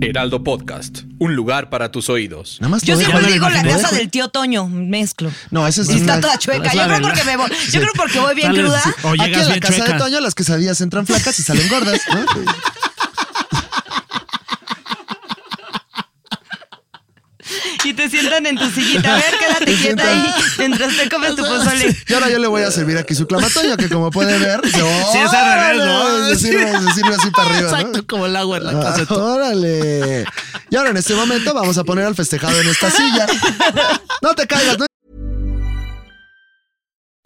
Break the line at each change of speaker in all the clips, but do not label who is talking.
Heraldo Podcast, un lugar para tus oídos.
Nada más
Yo
te voy a
siempre
hablar
digo
de
la
Manuel.
casa del tío Toño, mezclo.
No, esa
Pues
es
Y está
la-
toda chueca.
es
Yo
la
creo
de-
porque me voy, yo creo porque voy bien
Sales-
cruda.
O
Aquí
llegas
en la
bien
casa
chueca.
de Toño las quesadillas entran flacas y salen gordas, ¿no?
Y te sientan en tu sillita. A ver, quédate quieta ahí mientras te comes tu pozole.
Y ahora yo le voy a servir aquí su clamatoño, que como puede ver, yo,
Sí, es al revés, ¿no?
Se sirve, se sirve así para arriba, ¿no?
Exacto, como el agua en la casa. de
Ah,
Toño.
órale. Y ahora en este momento vamos a poner al festejado en esta silla. No te caigas, no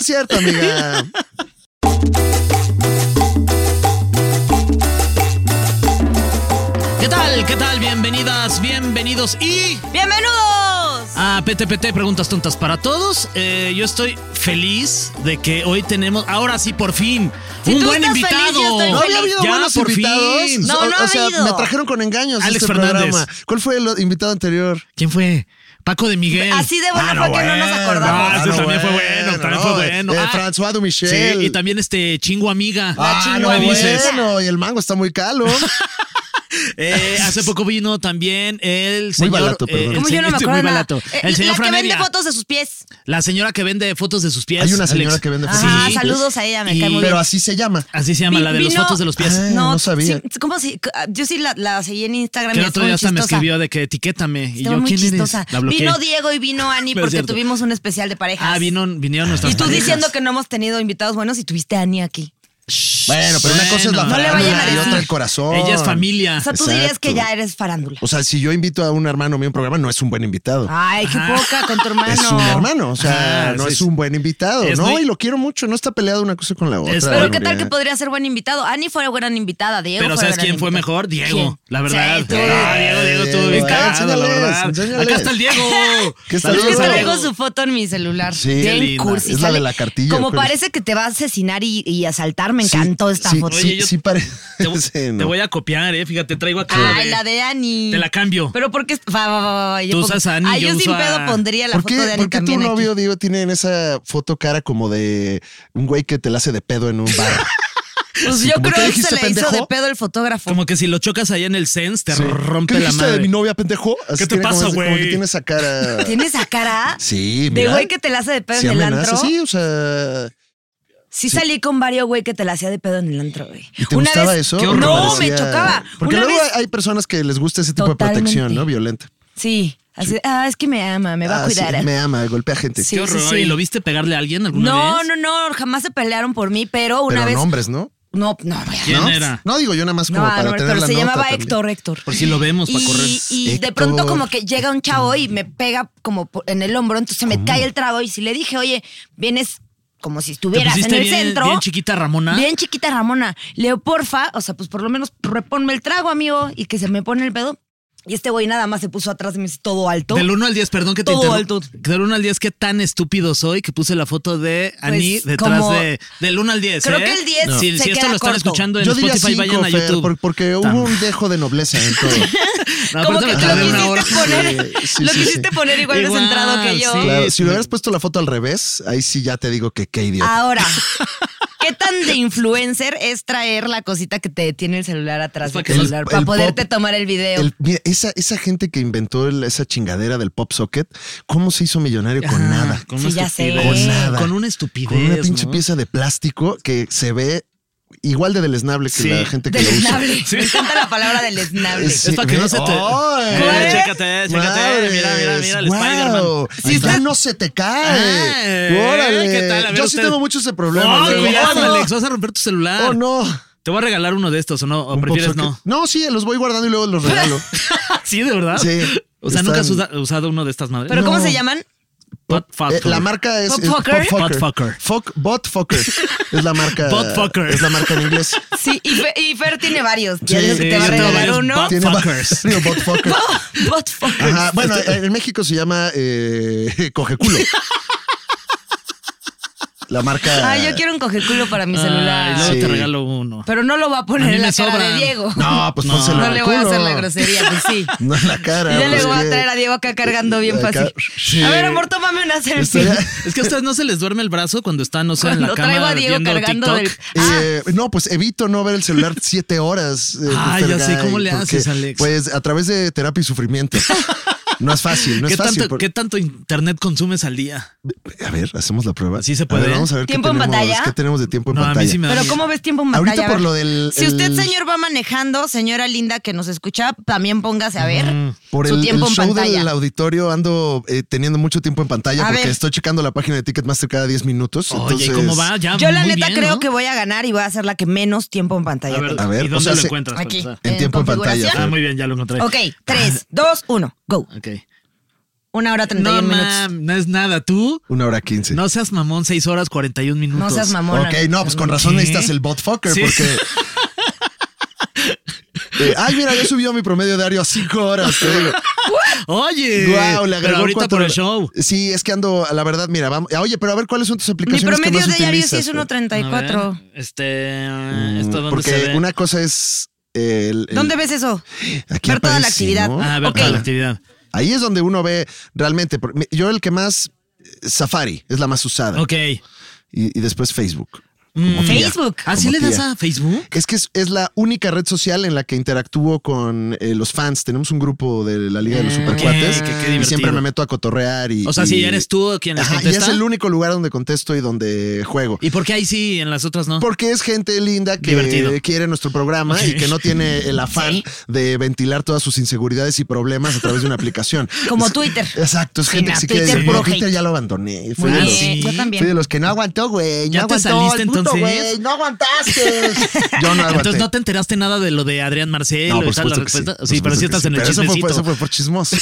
es cierto, amiga.
¿Qué tal? ¿Qué tal? Bienvenidas, bienvenidos y
¡Bienvenidos!
a PTPT Preguntas Tontas para Todos. Eh, yo estoy feliz de que hoy tenemos, ahora sí, por fin,
Si
un
tú
buen
estás
invitado.
feliz, yo estoy
No había habido
ya,
buenos
por
invitados.
fin.
No,
o,
no
o
ha
sea,
habido.
me trajeron con engaños
Alex
este
Fernández.
programa. ¿Cuál fue el invitado anterior?
¿Quién fue? Paco de Miguel.
Así de bueno
Ah, no,
fue que no nos
bueno.
acordamos.
Ah, ese
no,
también fue
bueno,
bueno, también
no,
fue bueno.
eh,
Ah,
François Dumichel.
Sí, y también este chingo amiga.
Ah,
¿qué
no,
me dices?
bueno, y el mango está muy calo.
Eh, hace poco vino también el señor.
barato, perdón.
el
Como yo
señor-
no me
sí,
acuerdo
muy
nada.
barato.
Eh,
El señor
la que vende
Franeria.
fotos de sus pies.
La señora que vende fotos de sus pies.
Hay una
Alex.
señora que vende fotos
Ah,
de sus pies.
saludos a ella, me cae muy
Pero
bien.
así se llama.
Así se llama,
Vi-
la de las
vino-
fotos de los pies.
Ah, no sabía.
sí, ¿Cómo si? Yo sí la, la seguí en Instagram.
que
y
el otro
estuvo
día hasta me
chistosa.
escribió de que etiquétame. Y
Estaba
yo,
muy
¿quién
chistosa.
eres? La bloqueé.
Vino Diego y vino Ani
No es
porque
cierto.
tuvimos un especial de parejas.
Ah, vino, vinieron nuestras
Y tú
parejas.
diciendo que no hemos tenido invitados buenos y tuviste a Ani aquí.
Bueno, pero una cosa es la
Bueno.
No le vayan
farándula
a
y otra
decir.
el corazón.
Ella es familia.
O sea, tú
Exacto.
dirías que ya eres farándula.
O sea, si yo invito a un hermano mío a un programa, no es un buen invitado.
Ay, qué poca con Ah, tu hermano.
Es un hermano, o sea,
Ah,
no
sí,
es
sí.
un buen invitado,
Es
¿no?
muy-
Y lo quiero mucho, no está peleado una cosa con la otra.
Es-
Pero
Bueno,
qué tal que
Mira.
podría ser buen invitado. Ani fue buena invitada, Diego.
Pero
fue
¿sabes
gran
quién fue
invitado.
mejor? Diego,
¿Quién?
la verdad.
Sí, tú.
Ah, Diego, Diego, estuvo bien
Diego,
cagado, la
enséñales,
verdad.
enséñales.
Acá está el Diego.
Que está
Es
Saludos
que
Diego.
a
traigo su foto en mi celular.
Sí,
Bien
qué linda.
cursi,
Es la
sale-
de la cartilla,
Como
¿o cuál es?
parece que te va a asesinar y, y asaltar. Me encantó
Sí,
esta
sí,
foto.
Sí,
Oye, yo-
sí parece.
Te, vo-
sí,
te
no.
voy a copiar, eh. Fíjate, traigo acá.
Ay, la de Ani.
Te la cambio.
Pero porque va, va, va, va, yo
Tú
pongo-
usas a Ani,
Ay, yo,
yo
sin
uso a-
pedo pondría la
¿Por qué,
foto de Ani
por qué tu
también aquí.
novio, Diego, tiene en esa foto cara como de un güey que te la hace de pedo en un bar?
Pues
Así
yo
como, ¿qué
creo que
dijiste,
se le hizo
pendejo?
de pedo el fotógrafo.
Como que si lo chocas allá en el sense, te
Sí.
rompe
¿Qué
la
dijiste
madre.
de mi novia, pendejo? Así
¿Qué te
tiene como
pasa,
ese- Como,
güey?
que tiene esa cara.
¿Tiene esa cara?
Sí,
De
mira.
güey que te la hace de pedo
Sí
en el
amenaza,
antro. Sí,
Sí, o sea.
salí con varios güey que te la hacía de pedo en el antro, güey.
¿Y te gustaba eso?
Qué
¿O te
No,
horror.
me
parecía-
chocaba.
Porque
Una
luego
vez-
hay personas que les gusta ese tipo de protección,
Totalmente.
¿no? Violenta.
Sí. Así, ah, es que me ama, me va a
Ah, sí,
cuidar. ¿eh?
me ama, golpea gente.
Sí,
Qué horror. ¿Y lo viste pegarle a alguien alguna
No,
vez?
no, no, jamás se pelearon por mí, pero una
Pero
vez.
nombres, ¿no?
No, no, güey,
¿Quién
no.
era?
No, digo yo nada más
No,
como para
no,
tener
pero
la
se
nota
llamaba
también.
Héctor, Héctor.
Por si lo vemos para
y,
correr.
y de
Héctor.
pronto como que llega un chavo y me pega como por- en el hombro, entonces me cae el trago y si le dije, oye, vienes como si
Te
estuvieras en
pusiste
el
bien,
centro.
bien chiquita Ramona.
Bien chiquita Ramona. Leo, porfa, o sea, pues por lo menos reponme el trago, amigo, y que se me pone el pedo. Y este güey nada más se puso atrás de mí así, todo alto.
Del 1 al 10, perdón que te
Todo
interrumpa.
alto.
Del 1 al 10, qué tan estúpido soy que puse la foto de Ani detrás
Pues, como-
de. Del 1 al 10.
Creo
¿eh?
que el 10
Si,
se
si esto
queda
lo están
corto.
escuchando en
Yo diría
Spotify,
cinco,
vayan a
Fer,
YouTube.
por- porque
Tam-
hubo un dejo de nobleza en todo.
No,
como
aparte
que
me
te
tardé
lo
una hora.
quisiste poner,
Sí, sí,
lo
sí,
quisiste
sí.
poner igual,
Igual,
descentrado que yo.
sí.
Claro,
es-
si hubieras puesto la foto al revés, ahí sí ya te digo que qué idiota.
Ahora, ¿qué tan de influencer es traer la cosita que te detiene el celular atrás
Es para
del
que el-
celular para
el
poderte
pop-
tomar el video?
El- mira, esa, esa gente que inventó el- esa chingadera del pop socket, ¿cómo se hizo millonario con nada?
Con
Sí,
una
ya sé.
estupidez.
Con
nada.
Con una estupidez.
Con una pinche
Pues, ¿no? Eh,
pieza de plástico que se ve igual de deleznable que
Sí.
la gente que lo usa.
Deleznable. Me encanta la palabra deleznable.
Sí,
Es para que no
ve.
se te.
¡Ay!
Eh, chécate, chécate.
Madres,
Mira, mira, mira el
guau.
Spider-Man.
Si está, no se te cae.
Ah,
Órale.
¿qué tal? A ver
Yo sí
usted.
tengo mucho ese problema.
Ay,
luego.
cuidado,
oh, no.
Alex, vas a romper tu celular.
Oh, no.
Te voy a regalar uno de estos o no, o
Un
prefieres
popsocket.
no.
No, sí, los voy guardando y luego los regalo.
sí, de verdad.
Sí,
O sea, nunca has
están-
usa- usado uno de estas madres.
¿Pero cómo
no.
se llaman?
Pot
Eh,
fucker.
la marca es,
Pop
es
fucker.
Pot fucker.
Fuck- bot fucker. Es la marca.
Bot fucker.
Es la marca en inglés.
Sí, y Fer, y Fer tiene varios. Ya
Sí,
digo que
sí,
te va a
yo tengo
regalar
varios
uno.
Bot
Tiene va-
fuckers.
Digo, bot fucker.
What fuck?
Este,
Ajá, bueno, en en México se llama eh, coge culo. La marca.
Ah, yo quiero un cogeculo para mi
Ay,
celular.
luego
Sí.
te regalo uno.
Pero no lo va a
A
poner
mí
en la
me
cara de
sobran.
Diego.
No, pues
No.
pónselo
No
en el
le voy a
culo.
hacer la grosería, pues sí.
No en la cara.
Y ya le
pues,
voy a
que-
traer a Diego acá cargando bien
Acá,
fácil.
sí.
A ver, amor, tómame una selfie.
Estaría-
Es que a ustedes no se les duerme el brazo cuando están, no sé, en la
Lo traigo
cama
a Diego
viendo
cargando
TikTok.
del.
Eh,
Ah.
no, pues evito no ver el celular siete horas. eh,
Ay,
Mr.
Ah, ya sé,
Guy,
¿cómo le haces, Alex?
Pues a través de terapia y sufrimiento. No es fácil, no
¿Qué,
es fácil.
tanto,
por-
qué tanto internet consumes al día?
A ver, hacemos la prueba.
Sí se
A
puede.
ver, vamos a ver
¿Tiempo
qué
en
tenemos,
pantalla?
qué tenemos de tiempo en
No, a mí
pantalla.
sí me da
Pero
miedo.
¿cómo ves tiempo en
Ahorita
pantalla? A
por
ver,
lo del-
Si usted,
el-
señor, va manejando, señora linda que nos escucha, también póngase a ver
Mm.
Por
su
el,
tiempo
el
en
show
pantalla.
del auditorio ando eh, teniendo mucho tiempo en pantalla
A
porque
ver.
estoy checando la página de Ticketmaster cada 10 minutos.
Oye, ¿y
entonces-
¿cómo va? Ya,
Yo la
Ah, muy
neta
bien,
creo
¿no?
que voy a ganar y voy a ser la que menos tiempo en pantalla.
A ver,
A ver,
¿y
o
dónde
sea,
lo
se-
tenga.
encuentras? para
Aquí.
empezar?
En tiempo en pantalla,
configuración.
Ah, muy bien, ya lo encontré.
Ok, 3, 2, 1, go.
Ok.
Una hora 31
No,
minutos.
mam, no es nada. Tú
Una hora 15.
no seas mamón, 6 horas 41 minutos.
No seas mamona.
Ok, no, pues con razón
¿Qué?
necesitas el bot fucker
Sí.
porque. Eh, ay, mira, yo subió mi promedio diario a 5 horas. te digo.
Oye,
Guau, le
pero
agregó
ahorita
cuatro-
por el show.
Sí, es que ando, la verdad, mira, vamos. ah, Oye, pero a ver, ¿cuáles son tus
Mi
aplicaciones que
promedio
más
diario sí
utilizas?
es
A
1.34.
ver, Este,
Mm,
¿esto dónde
Porque
se ve?
una cosa es. el- el-
¿Dónde ves eso?
aquí
ver toda la
aparece,
actividad.
¿no?
Ah, a ver,
Ok.
toda la actividad.
Ahí es donde uno ve realmente. por- mi- Yo el que más. eh, Safari es la más usada.
Ok.
Y, y después Facebook.
Mm.
Facebook.
¿Así
Como
le das
tía.
a Facebook?
Es que es, es la única red social en la que interactúo con eh, los fans. Tenemos un grupo de la Liga de los
Ah,
Supercuates.
qué- qué
y
divertido.
siempre me meto a cotorrear. Y,
O sea,
y-
si eres tú quien les
Ajá, y
contesta.
es el único lugar donde contesto y donde juego.
¿Y por qué ahí sí y en las otras no?
Porque es gente linda que
Divertido.
quiere nuestro programa y que no tiene el afán de ventilar todas sus inseguridades y problemas a través de una aplicación.
Como Twitter.
Exacto, es
Sí,
gente
no,
que se quiere
Twitter
decir,
puro
"No, Twitter
hate".
ya lo abandoné. Fui
Muy
de
bien.
los,
Pues sí.
Yo también.
fui de los que no aguantó, güey. No
Ah, ¿Ya te
aguantó,
saliste
el puto,
entonces?
güey, no aguantaste. Yo no aguanté.
Entonces no te enteraste nada de lo de Adrián Marcelo
No,
y tal la
supuesto que
respuesta.
por
Sí, pero
supuesto
sí
que
estás en el
Pero eso
chismecito.
fue, eso fue por chismoso.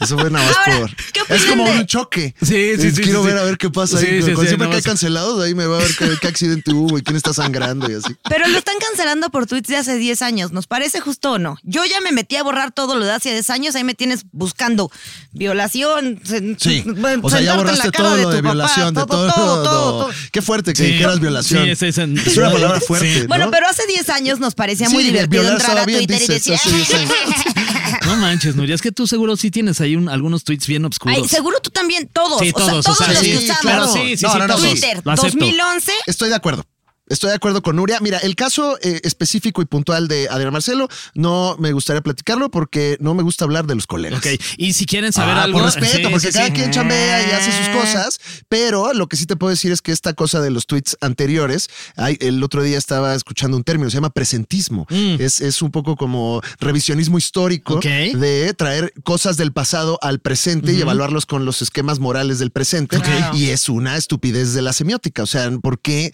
Eso fue nada más
Ahora,
por.
¿qué opinan
es como
de-
un choque.
Sí, sí,
Es,
sí,
Quiero
sí,
ver
sí.
a ver qué pasa.
Sí,
ahí.
sí,
Con-
sí,
siempre
nada
que hay
más.
cancelados, ahí me va a ver qué, qué accidente hubo y quién está sangrando y así.
Pero lo están cancelando por tweets de hace 10 años. ¿Nos parece justo o no? Yo ya me metí a borrar todo lo de hace 10 años. Ahí me tienes buscando violación. sen-
Sí.
bueno,
O sea, ya
sentarte en la
borraste
cara
todo
de
lo
tu
de
papá,
violación, de todo.
todo, todo.
Qué fuerte que
Sí.
dijeras violación.
Sí, es, es-
Es una palabra fuerte. ¿no?
Bueno, pero hace 10 años nos parecía muy
Sí,
divertido
violar
entrar
estaba
a
bien,
Twitter y
dices,
decir.
hace 10 años.
No manches, Nuria, es que tú seguro sí tienes ahí un- algunos tweets bien obscuros.
Ay, seguro tú también, todos.
Sí,
o sea,
todos,
todos
o sea,
los
sí,
que usamos.
claro, sí, sí,
No,
sí,
no, no,
todos.
sí.
Twitter,
Lo acepto.
2011.
Estoy de acuerdo. Estoy de acuerdo con Nuria. Mira, el caso eh, específico y puntual de Adrián Marcelo, no me gustaría platicarlo porque no me gusta hablar de los colegas.
Ok, y si quieren saber
Ah,
algo.
Por respeto,
sí,
porque
sí,
cada
sí. Ah.
quien chambea y hace sus cosas, pero lo que sí te puedo decir es que esta cosa de los tweets anteriores, ay, el otro día estaba escuchando un término, se llama presentismo. Es, es un poco como revisionismo histórico
Mm. Ok.
de traer cosas del pasado al presente y evaluarlos con los esquemas morales del presente. Y es una estupidez de la semiótica. O sea, ¿por qué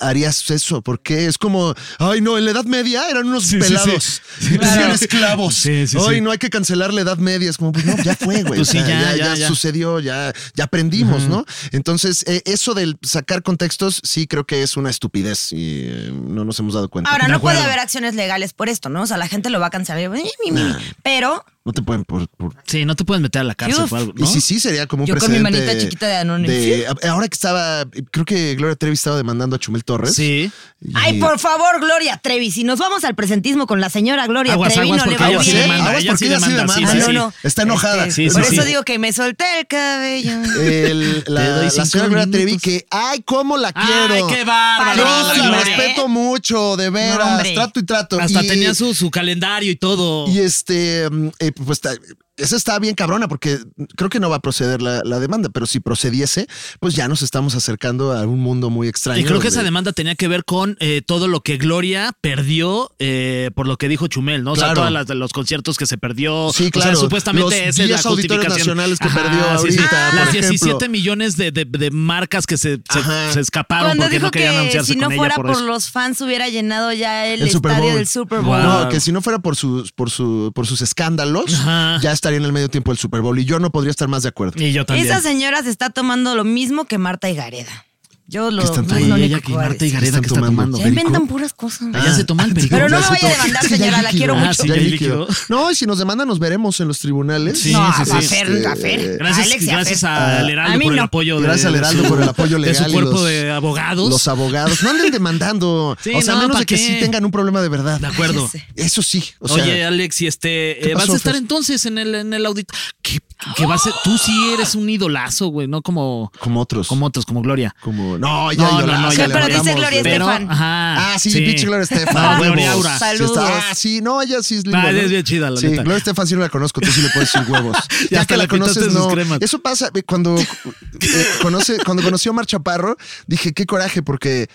harías eso? ¿Por qué es como, ay, no, en la Edad Media eran unos
Sí, sí, sí.
pelados,
Sí,
eran
claro.
esclavos.
Sí, sí,
ay,
sí.
no hay que cancelar la Edad Media. Es como, pues no, ya fue, güey.
Pues sí, ya,
ya,
ya, ya.
sucedió, ya, ya aprendimos, ¿no? Entonces, eh, eso del sacar contextos, sí creo que es una estupidez y eh, no nos hemos dado cuenta.
Ahora,
De
no puede
acuerdo.
haber acciones legales por esto, ¿no? O sea, la gente lo va a cancelar. Mi, mi, mi. Pero
No te pueden por. por-
Sí, no te puedes meter a la cárcel
Uf.
o algo.
Y
¿no?
sí, sí, sería como un
Yo con mi
precedente.
manita chiquita de Danone.
de- a- ahora que estaba, creo que Gloria Trevi estaba demandando a Chumel Torres.
Sí. Ah,
Y-
Ay, por favor, Gloria Trevi, si nos vamos al presentismo con la señora Gloria
Aguas,
Trevi,
aguas,
no le
porque
va
ella
bien.
sí demanda,
Aguas,
ella
porque
sí
ella sí
demanda, sí,
demanda,
Ah,
sí,
no,
sí.
no.
Está enojada.
Sí, sí,
Por
sí.
eso digo que me solté el cabello.
El-
Te
la,
doy
la
cinco
señora Gloria Trevi
minutos.
que, ay, cómo la
Ay,
quiero.
qué bárbara.
No, la
Padrísima, ¿eh?
respeto mucho, de
No,
veras.
hombre.
trato y trato.
Hasta
Y-
tenía su, su calendario y todo.
Y este, mm, eh, pues ta- esa está bien cabrona porque creo que no va a proceder la, la demanda, pero si procediese, pues ya nos estamos acercando a un mundo muy extraño.
Y creo que
donde-
esa demanda tenía que ver con eh, todo lo que Gloria perdió eh, por lo que dijo Chumel, ¿no? O sea,
Claro.
todas las de los conciertos que se perdió.
Sí,
O sea,
claro.
supuestamente
Los
esa es la
10 auditorios
justificación.
nacionales que perdió
Ah,
ahorita, por
Las
ejemplo.
17 millones de, de- de marcas que se, se-
Ajá.
se escaparon
Cuando
porque
dijo
no querían
que
anunciarse
si no
con
fuera
ella
por,
por, eso.
los fans hubiera llenado ya el,
El Super
estadio
Bowl.
del Super Bowl.
Wow.
No, que si no fuera por sus, por su, por sus escándalos,
Ajá.
ya estaría en el medio tiempo del Super Bowl y yo no podría estar más de acuerdo.
Y yo también.
Esa señora se está tomando lo mismo que Marta y Gareda. Yo lo.
¿Qué están
es
tomando?
lo
Y
único
ella que
que voy a
Marta y
decir.
Gareda
¿Qué
que
están
está tomando.
tomando?
Ya inventan
Perico.
puras cosas.
Ella se toma el perico.
Pero no
Ah, Ya
me
se
vaya a
toma-
demandar,
Sí, ya hay
señora, la
líquido.
quiero
Ah, sí,
mucho.
ya
Ya
hay
hay
líquido.
líquido.
No, y si nos demandan, nos veremos en los tribunales.
Sí,
no,
sí,
a
sí.
Fer, a Fer.
Gracias,
a Alex y a
gracias
Fer.
al Heraldo
A mí
por el
no.
apoyo de-
Eh, Ah, Gracias al
de
Heraldo
su-
por el apoyo
De
legal
su
y
cuerpo
los-
de abogados.
Los abogados. No anden demandando.
Sí,
o sea,
no,
a menos
¿pa'
de que
qué?
sí tengan un problema de verdad.
De acuerdo.
Ya sé.
Eso sí. O sea,
Oye, Alex, y este, Ah.
¿Qué
eh, vas
pasó,
a estar
Fer?
entonces en el, en el audit. ¿Qué, qué va a ser? Tú sí eres un idolazo, güey, no como,
como otros.
como otros, como Gloria.
Como- no, ya,
No, no,
Yolanda,
no,
ya
ya
le
pero
dice
mandamos,
Gloria
de-
Pero,
Estefan.
ajá.
Ah, sí, pinche Gloria Estefan.
No, Gloria
huevos.
Aura.
Sí está-
Saludos.
ah, sí, no, ella sí es linda.
Ah,
¿no?
es bien chida, la
Sí,
neta.
Gloria Estefan sí no la conozco, tú sí le puedes decir huevos.
Ya hasta le pintaste sus cremas.
Eso pasa eh, cuando, eh, conoce, cuando conoció a Mar Chaparro, dije, qué coraje, porque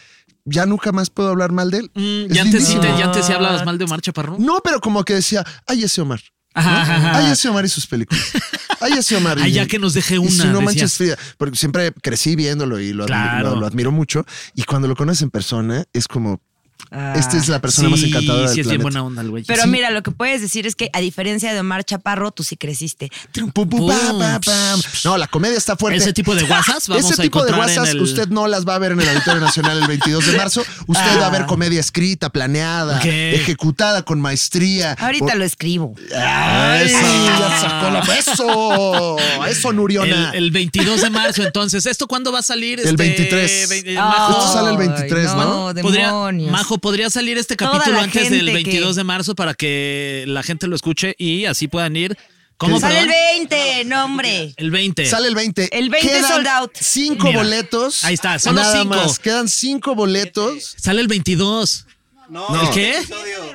ya nunca más puedo hablar mal de él.
Mm,
Es
ya, antes, sí
lindísimo.
te- ya antes sí hablabas mal de Omar Chaparro.
No, pero como que decía, ay, ese Omar.
Ajá, ajá, ajá.
Ay, ese Omar y sus películas. Ay, ese Omar. y-
Ay, ya que nos deje
y
una,
si no
decías.
manches Frida, porque siempre crecí viéndolo y lo, admi-
Claro.
lo- lo admiro mucho. Y cuando lo conoces en persona, es como, esta es la persona más
Ah, Sí,
encantadora del
sí, es bien
planeta.
buena onda el güey.
Ah. Pero
Este, Sí.
mira, lo que puedes decir es que a diferencia de Omar Chaparro, tú sí creciste. Trum.
Pum, pum, pa,
Pum.
pa, pam. No, la comedia está fuerte.
Ese tipo de guasas vamos
Ese
a
tipo de
encontrar en
guasas
el-
usted no las va a ver en el Auditorio Nacional el 22 de marzo. Usted va a ver comedia escrita, planeada,
Ah. Ok.
ejecutada con maestría.
Ahorita
Por-
lo escribo.
¡Ay,
Eso.
ya sacó la- ¡Eso! ¡Eso, Nuriona!
El, el 22 de marzo, entonces. ¿Esto cuándo va a salir?
El
este,
23.
vein- eh,
Ah,
Majo?
Esto sale el 23,
ay,
¿no?
¿Podría,
demonios.
Majo, ¿podría salir este
Toda
capítulo
la
antes
gente
del
que-
22 de marzo para que la gente lo escuche y así puedan ir? ¿Cómo,
Sale el
perdón?
20, no hombre.
El 20.
Sale el 20.
El 20
Quedan
sold out.
Cinco
Mira,
boletos.
ahí está, solo
Nada
cinco.
más. Quedan cinco boletos.
Sale el 22.
No,
¿El qué?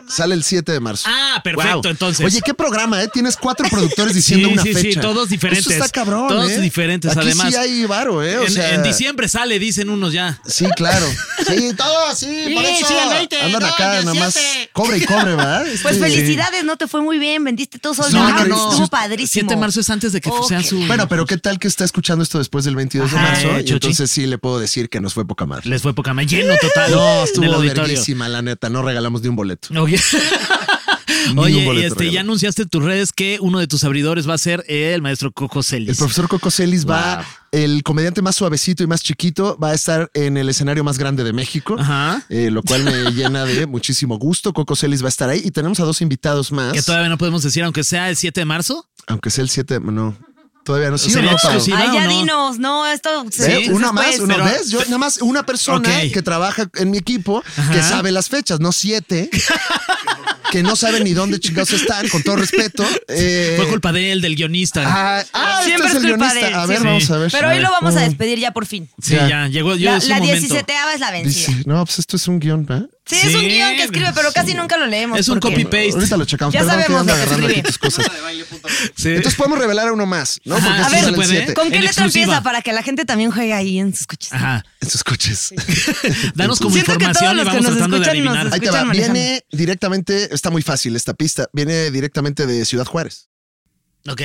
Sale el 7 de marzo.
Ah, perfecto,
Wow.
entonces.
Oye, qué programa, ¿eh? Tienes cuatro productores diciendo
Sí,
una
sí, sí,
fecha.
todos diferentes.
Eso está cabrón.
Todos
¿eh?
diferentes,
Aquí
además.
Sí, hay varo, ¿eh? O
en,
sea,
en diciembre sale, dicen unos ya.
Sí, claro. Sí, todos, sí, por eso.
sí, el 20,
Andan
no,
acá,
el
nada más.
17.
Cobre y cobre, ¿verdad?
Pues
Sí.
felicidades, no te fue muy bien, vendiste todo sol.
No,
out.
no, no.
Estuvo padrísimo.
7 de marzo es antes de que
Ok.
sea su.
Bueno, pero ¿qué tal que está escuchando esto después del 22 de
Ajá,
marzo?
eh,
y
Chuchi.
entonces sí le puedo decir que nos fue poca madre.
Les fue poca más lleno total
No,
del
estuvo
auditorio.
verguísima, la neta. No regalamos ni un boleto.
Oye,
Ni un
Oye,
boleto
y este,
regalado.
ya anunciaste en tus redes que uno de tus abridores va a ser el maestro Coco Celis.
El profesor Coco Celis va, el comediante más suavecito y más chiquito, va a estar en el escenario más grande de México,
Ajá.
eh, lo cual me llena de muchísimo gusto. Coco Celis va a estar ahí y tenemos a dos invitados más,
Que todavía no podemos decir, aunque sea el 7 de marzo.
aunque sea el 7, no, todavía no. Sí, o
¿Sería
no, Pau?
exclusivo?
Ay,
¿o
ya
no?
dinos, no, esto
¿Ve?
se-
Una
se
más,
puede-
una
pues, pero-
vez. Yo, nada más una persona
Ok.
que trabaja en mi equipo que
Ajá.
sabe las fechas, no siete, que no sabe ni dónde chingados están, con todo respeto. Eh,
Fue culpa de él, del guionista.
Ah, ah, este
Siempre
es el
es culpa de
guionista.
él,
A ver,
sí.
vamos a ver.
Pero
A
hoy
ver.
lo vamos a
Ah.
despedir ya por fin.
sí,
ya.
ya, llegó Uh. yo
La,
su
la
momento.
17ava es la vencida.
Dice, no, pues esto es un guión, ¿verdad?
Sí, es un
Sí,
guión que escribe, pero casi nunca lo leemos.
Es un
porque-
copy-paste.
Ahorita lo checamos.
Ya
Perdón, que
sabemos
ando
lo que
agarrando aquí
escribe.
tus cosas.
Sí.
Entonces podemos revelar a uno más, ¿no? Porque
Ajá.
este
A ver,
sale el
¿puede?
siete.
¿Con qué
En
letra
exclusiva.
empieza para que la gente también juegue ahí en sus coches?
Ajá.
En sus coches.
Danos como
Siento que
información
todos
y
los que
vamos
nos
tratando de
escuchan nos
adivinar.
Ahí te va.
Escuchan manejando.
Viene directamente, está muy fácil esta pista. Viene directamente de Ciudad Juárez.
Ok.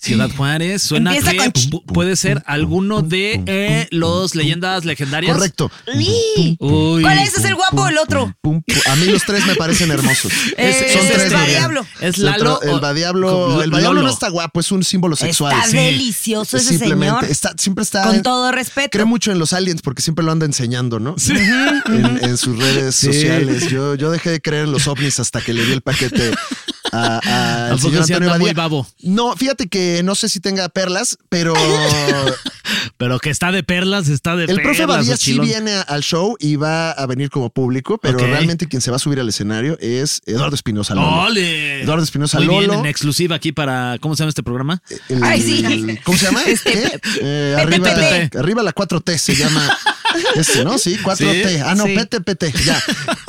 Ciudad Juárez suena
Empieza
que
con ch-
pu- puede ser alguno de eh, los leyendas legendarias.
Correcto.
¡Uy!
Uy.
¿Cuál es? ¿Es el guapo o el otro?
Pum, pum. A mí los tres me parecen hermosos.
Eh,
Son
es
tres.
el
Nuria.
Badiablo.
Es Lalo
El, otro- el
o-
Badiablo. El
Lo-
Badiablo
Lolo.
no está guapo, es un símbolo sexual.
Está
Sí.
delicioso ese
Simplemente
señor.
está, siempre está.
Con
en-
todo respeto.
Creo mucho en los aliens porque siempre lo anda enseñando, ¿no? En, en sus redes sociales. Yo, yo dejé de creer en los ovnis hasta que le di el paquete a, a
Tampoco
el señor
se
Antonio
anda muy
Badía.
babo.
No, fíjate que no sé si tenga perlas, pero
Pero que está de perlas, está de
el
perlas.
profe Badía sí
Ochilón.
viene a- al show y va a venir como público, pero
Ok.
realmente quien se va a subir al escenario es Eduardo Espinosa. Lolo.
¡Ole!
Eduardo Espinosa
Muy bien,
Lolo.
en exclusiva aquí para. ¿Cómo se llama este programa?
El-
Ay, sí. Este,
¿Cómo se llama? ¿Qué? Eh, arriba,
PTPT.
arriba la 4T se llama. Este, ¿no? Sí, 4T. Ah, no,
Sí.
PTPT. Ya.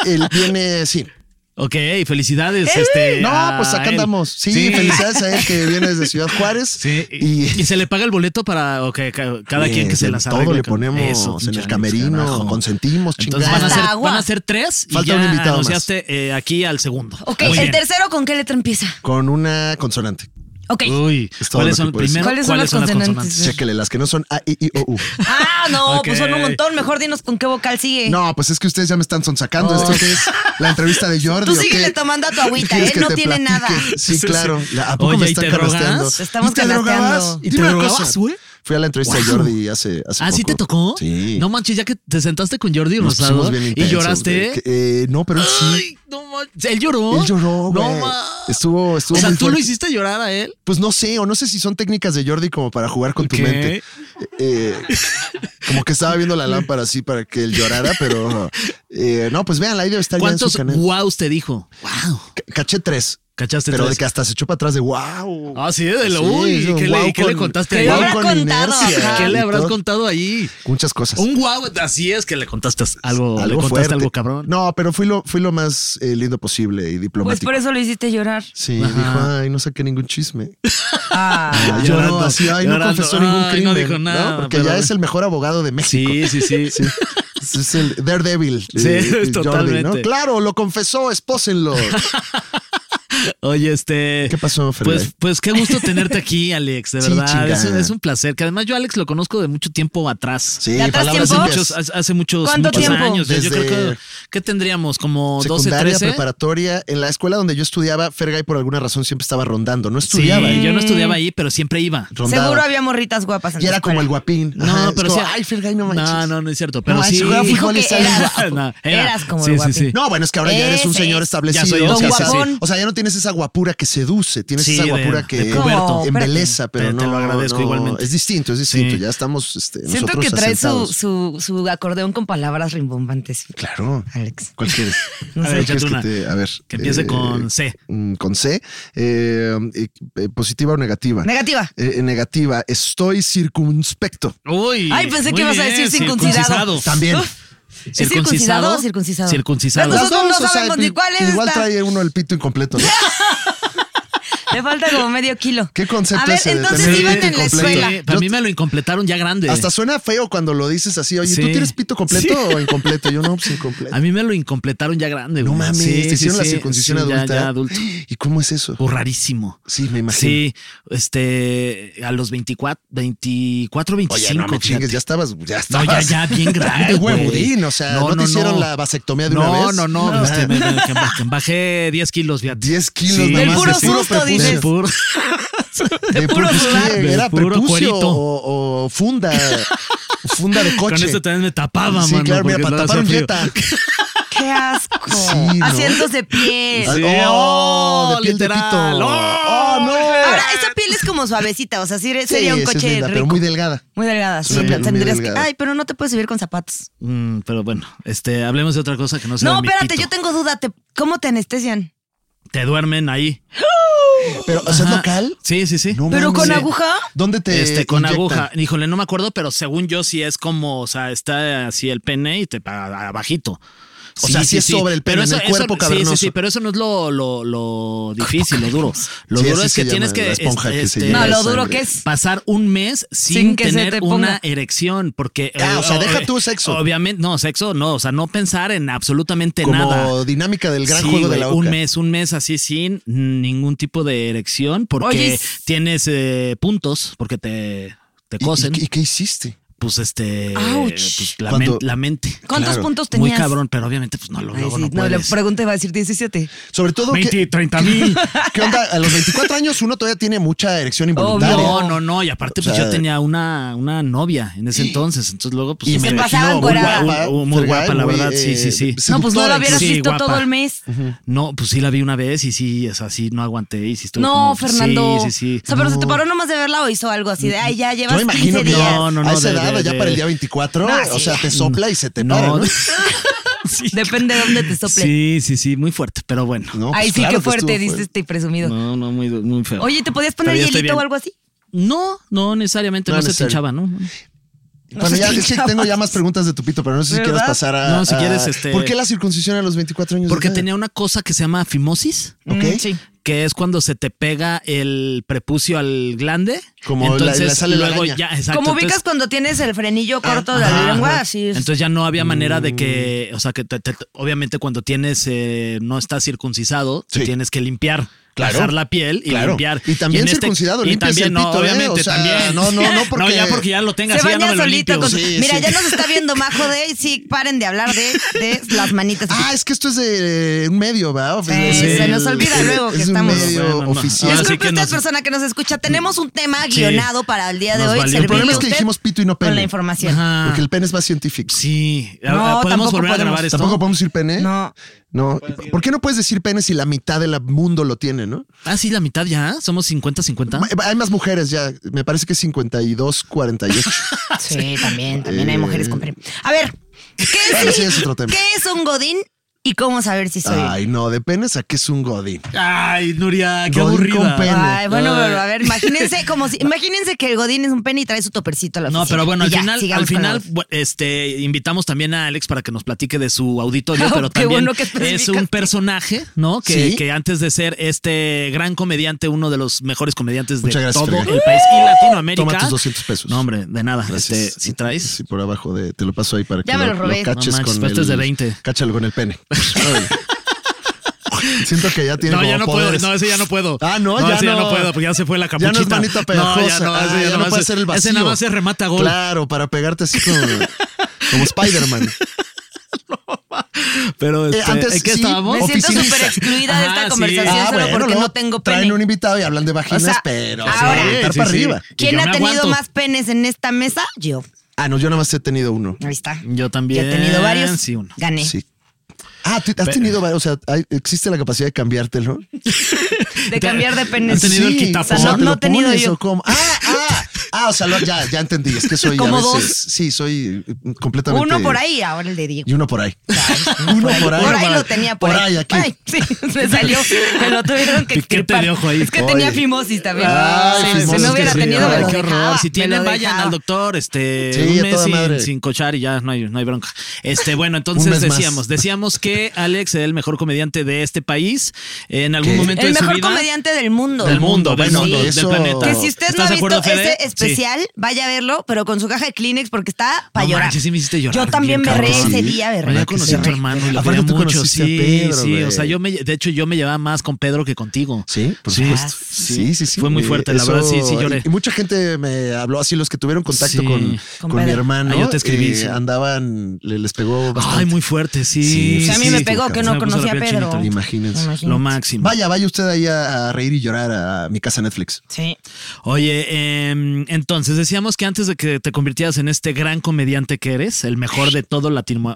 Él viene, sí.
Ok, felicidades. este,
No,
a
pues acá
él.
andamos. Sí, felicidades a él que viene desde Ciudad Juárez.
Sí, y,
Y,
y se le paga el boleto para ok, ca- cada
eh,
quien que se las arregle.
Todo le
con-
ponemos
Eso,
en el
pinche
camerino,
carajo.
consentimos,
Entonces
chingados.
van a,
Hasta
ser,
agua.
van a ser tres y
Falta
ya
un invitado más.
anunciaste eh, aquí al segundo.
Ok,
Muy
el
bien.
tercero, ¿con qué letra empieza?
Con una consonante.
Ok.
Uy,
Es todo
¿cuáles
lo
son,
que puedes
decir.
primero, ¿cuáles son las consonantes?
consonantes?
Chéquele las que no son A, I, I, O, U.
Ah, no,
Ok.
pues son un montón. Mejor dinos con qué vocal sigue.
No, pues es que ustedes ya me están sonsacando. ¿Esto qué es? ¿La entrevista de Jordi?
Oh. Tú
o qué?
síguele tomando a tu agüita,
¿Quieres
¿eh?
que
No
te
tiene nada.
platique? Sí,
Sí,
claro.
sí.
¿A poco
Oye,
me
¿y
están
te drogas?
canasteando?
Te
estamos
¿Y te drogabas?
canasteando.
¿Y te
Dime una
drogabas,
cosa.
güey?
Fui a la entrevista de
Guau.
Jordi hace, hace
¿Ah, sí
poco.
te tocó?
Sí.
No manches, ya que te sentaste con Jordi
Nos
Rosado
pusimos bien
y
intensos,
lloraste.
güey. Que- eh, no, pero él sí.
Ay, no manches. ¿Él lloró?
Él lloró, güey.
No ma-
Estuvo, estuvo
O sea,
muy
¿tú lo
fuerte.
hiciste llorar a él?
Pues no sé, o no sé si son técnicas de Jordi como para jugar con
Ok.
tu mente. Eh, como que estaba viendo la lámpara así para que él llorara, pero eh, no, pues vean, la idea está ya en su
¿Cuántos
canal.
wows te dijo? Wow.
C- Caché tres.
¿Cachaste
Pero
tres?
de que hasta se echó para atrás de wow.
Ah, sí, de lo
Sí,
uy. ¿y
un
¿Qué, le,
guau
y qué le
con-
contaste?
¿Qué
ahí?
le
guau
habrá
con
contado?
inercia
Ajá.
¿Qué le
y
habrás
todo.
contado ahí?
Muchas cosas.
Un wow, así es que le contaste algo, le contaste
fuerte.
algo cabrón.
No, pero fui lo, fui lo más eh, lindo posible y
Pues
diplomático.
por eso lo hiciste llorar.
Sí, dijo, ay, no saqué ningún chisme.
Ah.
Ya
lloró,
llorando así, ay, no
llorando,
confesó ningún
ay,
crimen.
no dijo nada,
Porque
pero-
ya es el mejor abogado de México.
Sí, sí, sí.
Sí. Es el Daredevil.
Sí,
eh, Jordi, ¿no?
totalmente.
Claro, lo confesó, espósenlo.
Oye, este.
¿Qué pasó, Fergay?
Pues, pues qué gusto tenerte aquí, Alex, de
Sí,
verdad.
chinga.
Es, es un placer. Que además yo, a Alex, lo conozco de mucho tiempo atrás.
Sí,
¿Ya atrás
palabras
Hace
tiempo?
limpias.
muchos, hace hace muchos,
¿Cuánto
muchos
tiempo?
años. Yo- Yo
Desde
creo que. ¿Qué tendríamos? ¿Como 12,
Secundaria,
13?
preparatoria. En la escuela donde yo estudiaba, Fergay por alguna razón siempre estaba rondando. No
Sí,
estudiaba, ¿eh?
yo no estudiaba ahí, pero siempre iba.
rondaba.
Seguro había morritas guapas. En
Y
la
era como el
escuela.
guapín.
No,
Ajá, es
pero
como,
sí-
Ay, Fergay, no manches.
No, no, no es cierto. Pero
No, ay,
sí.
si juega
Dijo
fútbol
que
y sale
eras
guapo.
guapo.
No, era.
Eras como
Sí,
el
sí,
guapín.
sí.
No, bueno, es que ahora ya eres un
Ese
señor
es.
establecido.
Ya soy
o,
un
sea,
guapón.
o sea, ya no tienes esa guapura que seduce, tienes
Sí,
esa
de-
guapura
de
que
puberto.
embeleza, pero
Te-
no.
te lo agradezco
no,
igualmente.
Es distinto, es distinto.
Sí.
Ya estamos. Este,
Siento
nosotros
que trae su,
asentados.
su, su acordeón con palabras rimbombantes,
Claro.
Alex.
¿Cuál quieres?
No
¿Cuál
sé.
quieres
Échate una.
pues, que te- a ver.
Que empiece
eh,
con C.
mm, Con C. eh, eh, eh, ¿Positiva o negativa?
Negativa.
Eh, eh, negativa. Estoy circunspecto.
Uy.
Ay, pensé
muy
que ibas a decir circuncidado.
También.
¿Es circuncidado o circuncisado?
Circuncisado.
Las
Las
Nosotros no
dos, o sea,
sabemos ni
pi-
cuál es
Igual
esta.
trae uno el pito incompleto. ¿no?
Le falta como medio kilo.
¿Qué concepto
A ver,
es ese de
entonces
tener
iban
pito
en la
completo?
escuela.
Sí, para mí me lo incompletaron ya grande.
Hasta suena feo cuando lo dices así, oye, ¿tú
Sí.
tienes pito completo
Sí.
o incompleto? Yo no, pues incompleto.
a mí me lo incompletaron ya grande.
no
güey.
mames,
Sí,
te
sí,
hicieron la
sí,
circuncisión
sí, ya-
adulta.
Ya, adulto.
¿Y cómo es eso?
O rarísimo.
Sí, me imagino.
Sí, este, a los 24, 24, 25.
Oye, no me
fíjate.
chingues, ya estabas, ya
No,
estabas.
ya, ya, bien grande.
Ay,
güey.
huevudín, o sea, ¿no te hicieron la vasectomía de una
No,
vez?
No, no,
No.
este, me- me- que ba- que bajé 10 kilos, fíjate.
10 kilos
Sí,
nada
del
más.
puro
susto,
prepucio.
dices.
Del puro-
De puro pues,
sudar.
¿qué?
Del
Era
puro
prepucio
cuerito.
o, o funda, funda de coche.
Con eso también me tapaba,
sí,
mano.
claro, mira,
porque
para
luego
tapar un
hacía
Jetta.
Qué asco.
Sí, ¿no?
Asientos de piel.
Sí,
Oh, de piel de
literal.
pito.
¡Oh!
no.
Ahora, esa piel es como suavecita, o sea, sí,
Sí,
sería un
esa es
coche
linda,
rico.
pero muy delgada.
Muy delgada, sí.
una piel muy
tendrías que-
delgada.
Ay, pero no te puedes subir con zapatos.
frío. Mm, pero bueno, este, hablemos de otra cosa que no sea
no,
mi
espérate,
pito.
yo tengo duda. ¿te- ¿Cómo te anestesian?
Te duermen ahí.
Pero, o sea, ¿es
Ajá.
local?
Sí, sí, sí.
No
¿Pero
mames.
con
Sí.
aguja?
¿Dónde te
este, con
inyectan?
aguja. Híjole, no me acuerdo, pero según yo sí es como, o sea, está así el pene y te paga abajito.
O sea, sí es sobre el pene, en el cuerpo
Sí,
cavernoso.
sí, sí, pero eso no es lo, lo, lo difícil, lo duro. Lo
Sí,
duro
así
es
se
que tienes
llama,
que. este,
la esponja que se llena
No,
de
lo duro
sangre.
que es.
pasar un mes sin,
Sin que se
tener
te ponga.
una erección porque eh,
Ah, o sea, deja tú sexo.
obviamente no sexo no o sea no pensar en absolutamente
Como
nada
dinámica del gran
Sí,
juego de
güey,
la
un
oca.
mes un mes así sin ningún tipo de erección porque
Oye,
tienes eh, puntos porque te te
¿Y-
cosen
¿Y, y qué hiciste?
pues este
Ouch.
pues, la,
Cuando-
men- la mente
¿Cuántos
Claro,
puntos
muy
tenías?
cabrón pero obviamente pues no lo
Ay,
luego
sí,
no
no, le
puedes
pregunto iba a decir 17.
Sobre todo, que
20 30 mil
¿qué onda? A los 24 años uno todavía tiene mucha erección involuntaria.
No, no, no. Y aparte, pues
sea-
yo tenía una, una novia en ese entonces. Entonces luego, pues.
Y
me
me
pasaba
imagino muy
encuerada.
guapa,
Muy, muy
Fergay,
guapa, la
muy,
verdad. Sí,
eh,
sí, sí.
No, pues no lo
seductora,
hubieras
Sí,
visto
guapa.
todo el mes.
No, pues sí la vi una vez y sí, es así, no aguanté y sí estuve
No,
como-
Fernando.
Sí, sí, sí.
O sea, pero se te paró nomás de verla o hizo algo así de, ay, ya
Yo
llevas
me
15
imagino que
días.
No, no, no,
a esa
de-
edad,
de-
ya
de-
para el día 24,
No,
o
sí.
sea, te sopla y se te
No,
para, ¿no?
de-
Depende de dónde te sople.
Sí, sí, sí, muy fuerte, pero bueno.
No, pues
Ay, sí,
claro
qué fuerte,
estuvo
dices este presumido.
No, no, muy, du- muy feo.
Oye, ¿te podías
Pero
poner
ya estoy
hielito o
bien.
algo así?
No, no necesariamente,
No
no, se
necesario.
pinchaba, ¿no?
Bueno, ya es que tengo ya más preguntas de tu pito, pero no sé si
¿Verdad?
quieres pasar a.
No, si
a-
quieres, este-
¿Por qué la circuncisión a los 24 años? de
Porque
edad?
tenía una cosa que se llama fimosis.
Ok.
Mm, sí.
que es cuando se te pega el prepucio al glande.
Como la-
entonces
la sale la
luego
araña.
ya, exacto.
Como ubicas
entonces- Ah,
cuando tienes el frenillo corto de
Ajá,
la lengua,
ajá.
así es.
Entonces ya no había manera de
Mm.
que, o sea, que te- te- obviamente cuando tienes, eh, no estás circuncisado, te
Sí.
tienes que limpiar.
Claro.
Pasar la piel y
Claro.
limpiar.
Y también
en este,
circuncidado,
y
limpias
también,
el
no,
pito, ¿eh?
obviamente,
O sea,
también.
no, no, no, porque-
ya porque ya lo tengas,
Se
ya no
baña
me lo
solito.
limpio.
Con su-
Sí,
Mira,
sí.
ya nos está viendo Majo de y sí, paren de hablar de, de las manitas.
Ah, es que esto es de un medio, ¿verdad?
Sí,
Es
se nos
olvida luego que
es de
estamos-
un medio
Bueno, no.
oficial.
ahora sí
Disculpe
que
usted,
nos-
persona que nos escucha. Tenemos un tema guionado para el día de
Nos
hoy.
valió.
El problema
servirle
es que
a usted
dijimos pito y no
Con la
pene.
información.
Ajá.
Porque el pene es más científico.
Sí.
No,
¿Podemos
tampoco
volver a grabar
podemos.
esto?
¿Tampoco podemos decir pene?
No.
No. ¿Por qué no puedes decir pene si la mitad del mundo lo tiene, no?
Ah, sí, la mitad ya. Somos 50-50.
Hay más mujeres ya. Me parece que es 52, 48.
Sí, también, también hay mujeres con pene. A ver, ¿qué
Bueno,
es,
sí, es otro tema.
¿qué es un godín y cómo saber si soy? Ay,
Ay, no, de penes a que es un godín.
Ay, Nuria, qué
Godín con
aburrida.
pene.
bueno,
Ay.
pero a ver, imagínense como si, imagínense que el godín es un pene y trae su topercito a la
No,
oficina.
pero bueno,
Y
al
ya,
final, al
sigamos con la
final
voz.
bu- este, invitamos también a Alex para que nos platique de su auditorio, pero
Qué
también
bueno que
es
especificaste.
un personaje, ¿no? Que,
Sí.
que antes de ser este gran comediante, uno de los mejores comediantes de
Muchas gracias,
todo
Freddy.
el país y Latinoamérica.
Toma tus 200 pesos.
No, hombre, de nada.
Gracias.
Este, si traes.
Sí, por abajo de, te lo paso ahí para
Ya
que
me
lo,
lo robé.
lo caches
No manches,
con
pero
el,
esto es de 20.
Cáchalo con el pene. Órale. Siento que ya tiene
No,
como
ya no
poderes.
puedo. No, ese ya no puedo.
Ah, no, ya
ese ya
no.
no puedo, porque ya se fue la
Ya no es
capuchita.
manita
No,
pegajosa.
ya no,
Ah, ya
ese
no
nada
puede
más-
ser el
Ese
vacío.
nada más se remata gol.
Claro, para pegarte así como, como Spider-Man.
Pero este,
Eh, antes
¿en qué
sí,
estábamos?
Me siento
oficinista.
súper excluida de esta
Ah, sí.
conversación
Ah,
solo
bueno,
porque
luego
no tengo
Traen
pene.
un invitado y hablan de vaginas,
O sea,
pero
ahora-
se van a
Sí,
aventar
sí,
para
sí.
arriba.
Y
¿Quién
yo
ha
me
tenido
aguanto.
más penes en esta mesa? Yo.
Ah, no, yo nada más he tenido uno.
Ahí está.
Yo también.
Yo he tenido varios.
Sí, uno.
Gané.
Sí. Ah, ¿tú- has tenido, varios? o sea, hay- existe la capacidad de cambiártelo.
De cambiar de pene.
¿Has tenido el quitapo?
O sea, no-
¿te lo
no he tenido
pones
yo.
o cómo? Ah, ah, ah, o sea, lo- ya, ya entendí. Es que soy
Como
a veces,
dos.
sí, soy eh, completamente.
Uno por ahí, ahora el de Diego.
Y uno por ahí. uno por ahí.
Por ahí lo tenía por,
ahí. aquí.
Ay, sí, me salió. Me lo tuvieron que
Piquete
extirpar.
de ojo ahí.
Es que tenía
Oye.
fimosis también.
Ay,
Sí,
fimosis,
si no
qué
hubiera
sí,
tenido,
ay,
me lo
qué
dejaba,
Si
me
tienen,
lo
vayan
dejaba.
al doctor, este,
Sí,
un
a
mes
toda
sin,
madre.
sin cochar y ya no hay, no hay bronca. Este, bueno,
Un mes
entonces
más.
decíamos, decíamos que Alex es el mejor comediante de este país en algún
¿Qué?
momento
El
de su
mejor
vida.
comediante del mundo.
Del mundo, del
bueno,
mundo,
que
del
eso-
planeta.
Que si usted no ha
¿Estás de
visto
acuerdo, Fede?
ese especial, vaya a verlo, pero con su caja de Kleenex porque está para
No
llorar.
manches, sí me hiciste llorar,
Yo también
bien
berré
cabrón.
ese
Sí.
día,
Sí.
berré.
Ya
Oye,
conocí a tu
Berré.
hermano y lo
Aparte
quería
tú
mucho.
conociste a
Sí,
Pedro,
sí.
güey.
O sea, yo me, de hecho, yo me llevaba más con Pedro que contigo.
Sí, por supuesto. Sí, sí, sí.
Ah, Fue muy
Eh,
fuerte, la
eso-
verdad, sí, sí lloré.
Y mucha gente me habló así, los que tuvieron contacto
Sí.
con,
Con
con, mi
Pedro.
hermano.
Ah, yo te escribí,
eh,
sí.
Andaban, le- les pegó bastante.
Ay, muy fuerte, sí.
Sí,
O sea, a mí
Sí,
me
sí,
pegó que
se
no
me puso la
conocía a
piel
Pedro.
chinita.
Imagínense.
Lo máximo.
Vaya, vaya usted ahí a, a reír y llorar a, mi casa Netflix.
Sí.
Oye, em, entonces decíamos que antes de que te convirtieras en este gran comediante que eres, el mejor de todo Latino-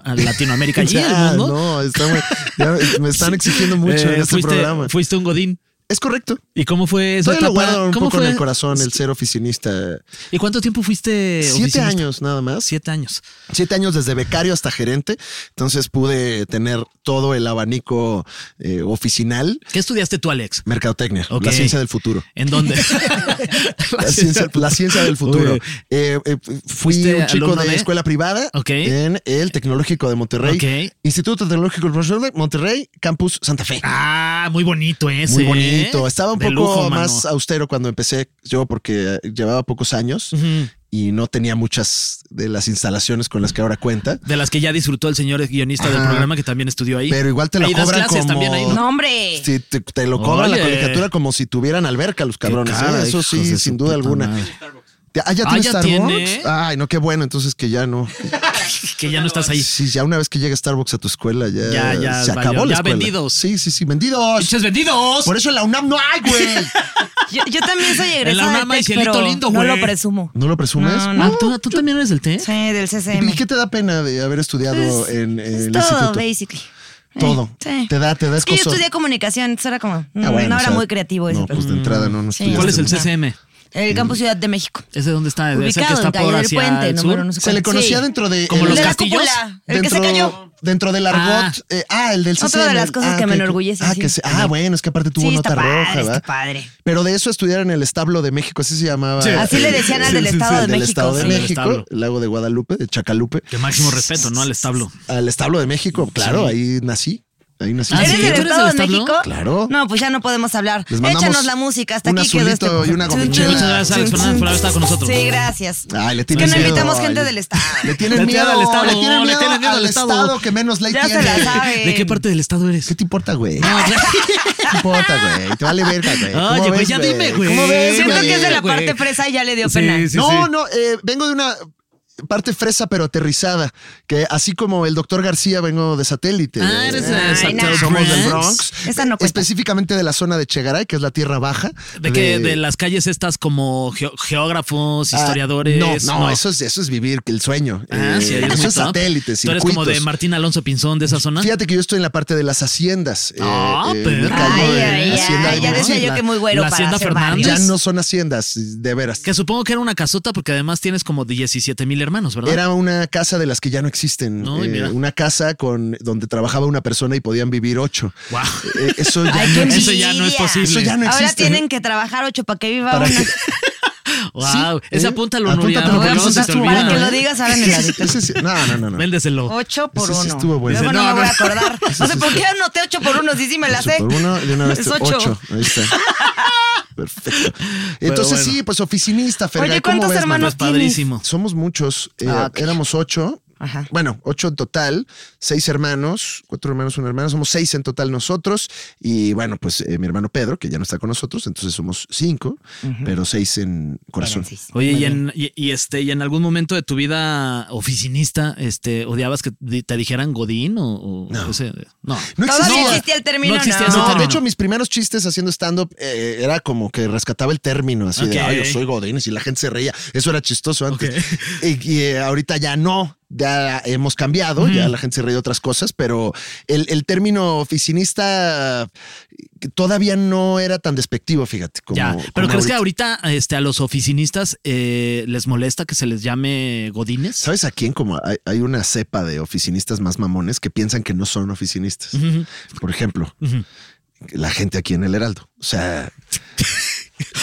Latinoamérica y el
Ya,
mundo,
Ah, no, está muy- ya me están exigiendo mucho
eh,
en este
fuiste,
programa.
fuiste un godín.
Es correcto.
¿Y cómo fue esa
Todavía lo
etapa?
guardo un
¿Cómo
poco
fue?
en el corazón el ser oficinista.
¿Y cuánto tiempo fuiste
Siete
oficinista?
años nada más.
Siete años.
Siete años desde becario hasta gerente. Entonces pude tener todo el abanico eh, oficinal.
¿Qué estudiaste tú, Alex?
Mercadotecnia,
Ok.
la ciencia del futuro.
¿En dónde?
La ciencia, la ciencia del futuro.
Oye.
Eh, eh, fui
¿Fuiste
un chico
alumno
de,
de?
escuela privada
Ok.
en el Tecnológico de Monterrey.
Ok.
Instituto Tecnológico de Monterrey, Campus Santa Fe.
Ah, muy bonito ese.
Muy
¿eh?
bonito. Estaba un
De
poco
lujo, mano.
más austero cuando empecé yo porque eh, llevaba pocos años
Ujú.
y no tenía muchas de las instalaciones con las que ahora cuenta.
De las que ya disfrutó el señor guionista del
Ajá.
programa que también estudió ahí.
Pero igual te lo
Ahí das
cobran
clases
como-
también ahí, ¿no?
No, hombre.
Sí, te, te lo cobra la
Oye.
colegiatura como si tuvieran alberca los cabrones. ¿eh?
cara,
Eso
hijos de
sí,
su
sin duda
puta
alguna.
madre.
Te- Ah, ya
Ah,
tiene
ya
Starbucks.
tiene.
Ay, no, qué bueno. Entonces que ya no.
Que ya no estás ahí.
Sí, ya una vez que llega Starbucks a tu escuela, ya,
Ya, ya
se
valió.
acabó la
Ya
escuela.
vendidos.
Sí, sí, sí, vendidos.
¡Pinches vendidos!
Por eso en la UNAM no hay, güey.
Yo, yo también soy
En la
egresada
UNAM
de
hay
Tech,
cielito
pero
lindo,
no
güey.
lo presumo.
¿No lo presumes? Uh,
No,
Ah, ¿tú, tú también eres del té?
Sí, del CCM.
¿Y qué te da pena de haber estudiado
Pues,
en, en
es
el
todo,
instituto?
basically.
Todo.
Sí.
Te da, te da
Es que yo
escozor.
estudié comunicación, eso era como. mm,
Ah, bueno,
no
o
era
sea,
muy creativo ese
No,
pedo.
pues de entrada no, no
Sí.
estudiaste
¿Cuál es el
mucho.
CCM?
El campus Ciudad de México.
¿Ese dónde está? ¿Ese que
ubicado
está
en
por
Calle del
hacia
Puente,
el
número
sur?
no sé
Se le
cuánto.
conocía
Sí.
dentro de.
¿Como
el-
los
de la
castillos?
cúpula, el que se cayó.
Dentro del argot.
Ah.
eh, Ah, el del CCM.
Otra de las cosas
Ah,
que me
ok, ok.
enorgullece,
Ah,
sí.
que se- ah, bueno, es que aparte tuvo
Sí, está
nota
padre,
roja,
está
¿verdad?
padre.
Pero de eso estudiar en el establo de México, así se llamaba.
Sí.
Así le decían al del Estado de
del
México,
Estado de
sí.
México,
Establo.
el lago de Guadalupe, de Chacalupe.
Que máximo respeto, ¿no? Al establo.
Al establo de México, claro, ahí nací. Ahí nací.
Ah,
¿Eres
¿sí?
del
¿Tú eres
Estado de
del establo?
México?
Claro.
No, pues ya no podemos hablar.
Les mandamos
Échanos la música, hasta
un
aquí quedó este.
azulito y una
Chun,
gomichela.
chun,
Muchas gracias, Alex
chun,
Fernández, por haber estado con nosotros.
Sí, gracias.
Ay, le
Es que
tienen
no
miedo.
invitamos gente
Ay,
del Estado.
Le tienen
Le
miedo.
tienen al Estado,
le tienen
le
miedo,
tienen miedo
al
al
estado.
Estado.
que menos ley
Ya se
tiene.
la sabe.
¿De qué parte del estado eres?
¿Qué te importa, güey?
Ah, claro.
¿Qué importa, güey? Te vale verga, güey. ¿Cómo
Oye, güey,
ves,
ya dime, güey.
¿Cómo ves,
Siento
güey?
que es de la
güey.
parte fresa y ya le dio pena.
Sí, sí,
no,
sí.
no, eh, vengo de una parte fresa pero aterrizada, que así como el doctor García vengo de satélite.
Ah, eres
Eh,
de
Ay,
Santo
nah.
Somos del
Bronx.
Bronx.
Esa no cuenta.
Específicamente de la zona de Chegaray, que es la tierra baja.
De que de las calles estas como geo- geógrafos,
Ah,
historiadores.
no, no, Eso, es, eso es vivir el sueño.
Ah,
Eh,
sí, eres
eso
muy
es
top.
satélite,
Tú eres como de
circuitos.
Martín Alonso Pinzón de esa zona.
Fíjate que yo estoy en la parte de las haciendas. eh,
Ah,
eh,
perro.
me caigo
Ay,
en
ay, ay,
Hacienda
ya
Almozla.
decía yo que muy güero
La
para
Hacienda
hacer
Fernández.
Ya
barrio.
no son haciendas, de veras.
Que supongo que era una casota porque además tienes como 17 mil hermanos, ¿verdad?
Era una casa de las que ya no existen.
No, y
eh,
mira.
una casa con donde trabajaba una persona y podían vivir ocho.
Guau.
Eh, eso, ya
Ay,
no
qué
existe.
Eso ya no es
envidia.
posible.
Eso ya no
Ahora
existe.
tienen que trabajar ocho para que viva
Para
una.
que-
Wow.
Sí,
Ese
eh,
apúntalo, Nuria.
apúntatelo,
porque
porque
luego
ese
se te
estuvo
olvida,
Para que
¿eh?
lo digas ahora en el
Ese-
adicto.
ese sí- No, no, no. no.
Véndeselo.
Ocho por
Ese
uno.
sí estuvo bueno.
Luego no,
No,
me voy a
no.
acordar. No sé por qué no te ocho por uno, sí, sí me la sé.
Por uno, de una vez
Es
te-
ocho.
ocho. Ahí está. Perfecto. Entonces
bueno.
sí, pues oficinista, Fergay,
Oye,
¿cómo
¿cuántos
ves,
hermanos
mano?
Padrísimo.
Somos muchos. eh,
Ah, ok.
Éramos ocho.
Ajá.
Bueno, ocho en total, seis hermanos, cuatro hermanos, una hermana, somos seis en total nosotros. Y bueno, pues eh, mi hermano Pedro, que ya no está con nosotros, entonces somos cinco, pero seis en corazón.
Sí.
Oye, y en, y, y este, y en algún momento de tu vida oficinista, este, odiabas que di- te dijeran Godín o, o-
No.
ese- no.
No
Todavía
existía.
existía el término,
No existía
no.
ese
No,
término.
de hecho, mis primeros chistes haciendo stand-up eh, era como que rescataba el término, así de,
Ok.
ay, yo soy Godínez, y la gente se reía. Eso era chistoso antes. Y, y, eh, ahorita ya no, ya hemos cambiado, ya la gente se reía de otras cosas, pero el, el término oficinista eh, todavía no era tan despectivo, fíjate. Como,
ya. Pero
como
crees que
ahorita.
ahorita este, a los oficinistas eh, les molesta que se les llame Godines?
¿Sabes a quién? Como hay, hay una cepa de oficinistas más mamones que piensan que no son oficinistas. Por ejemplo, la gente aquí en el Heraldo. O sea,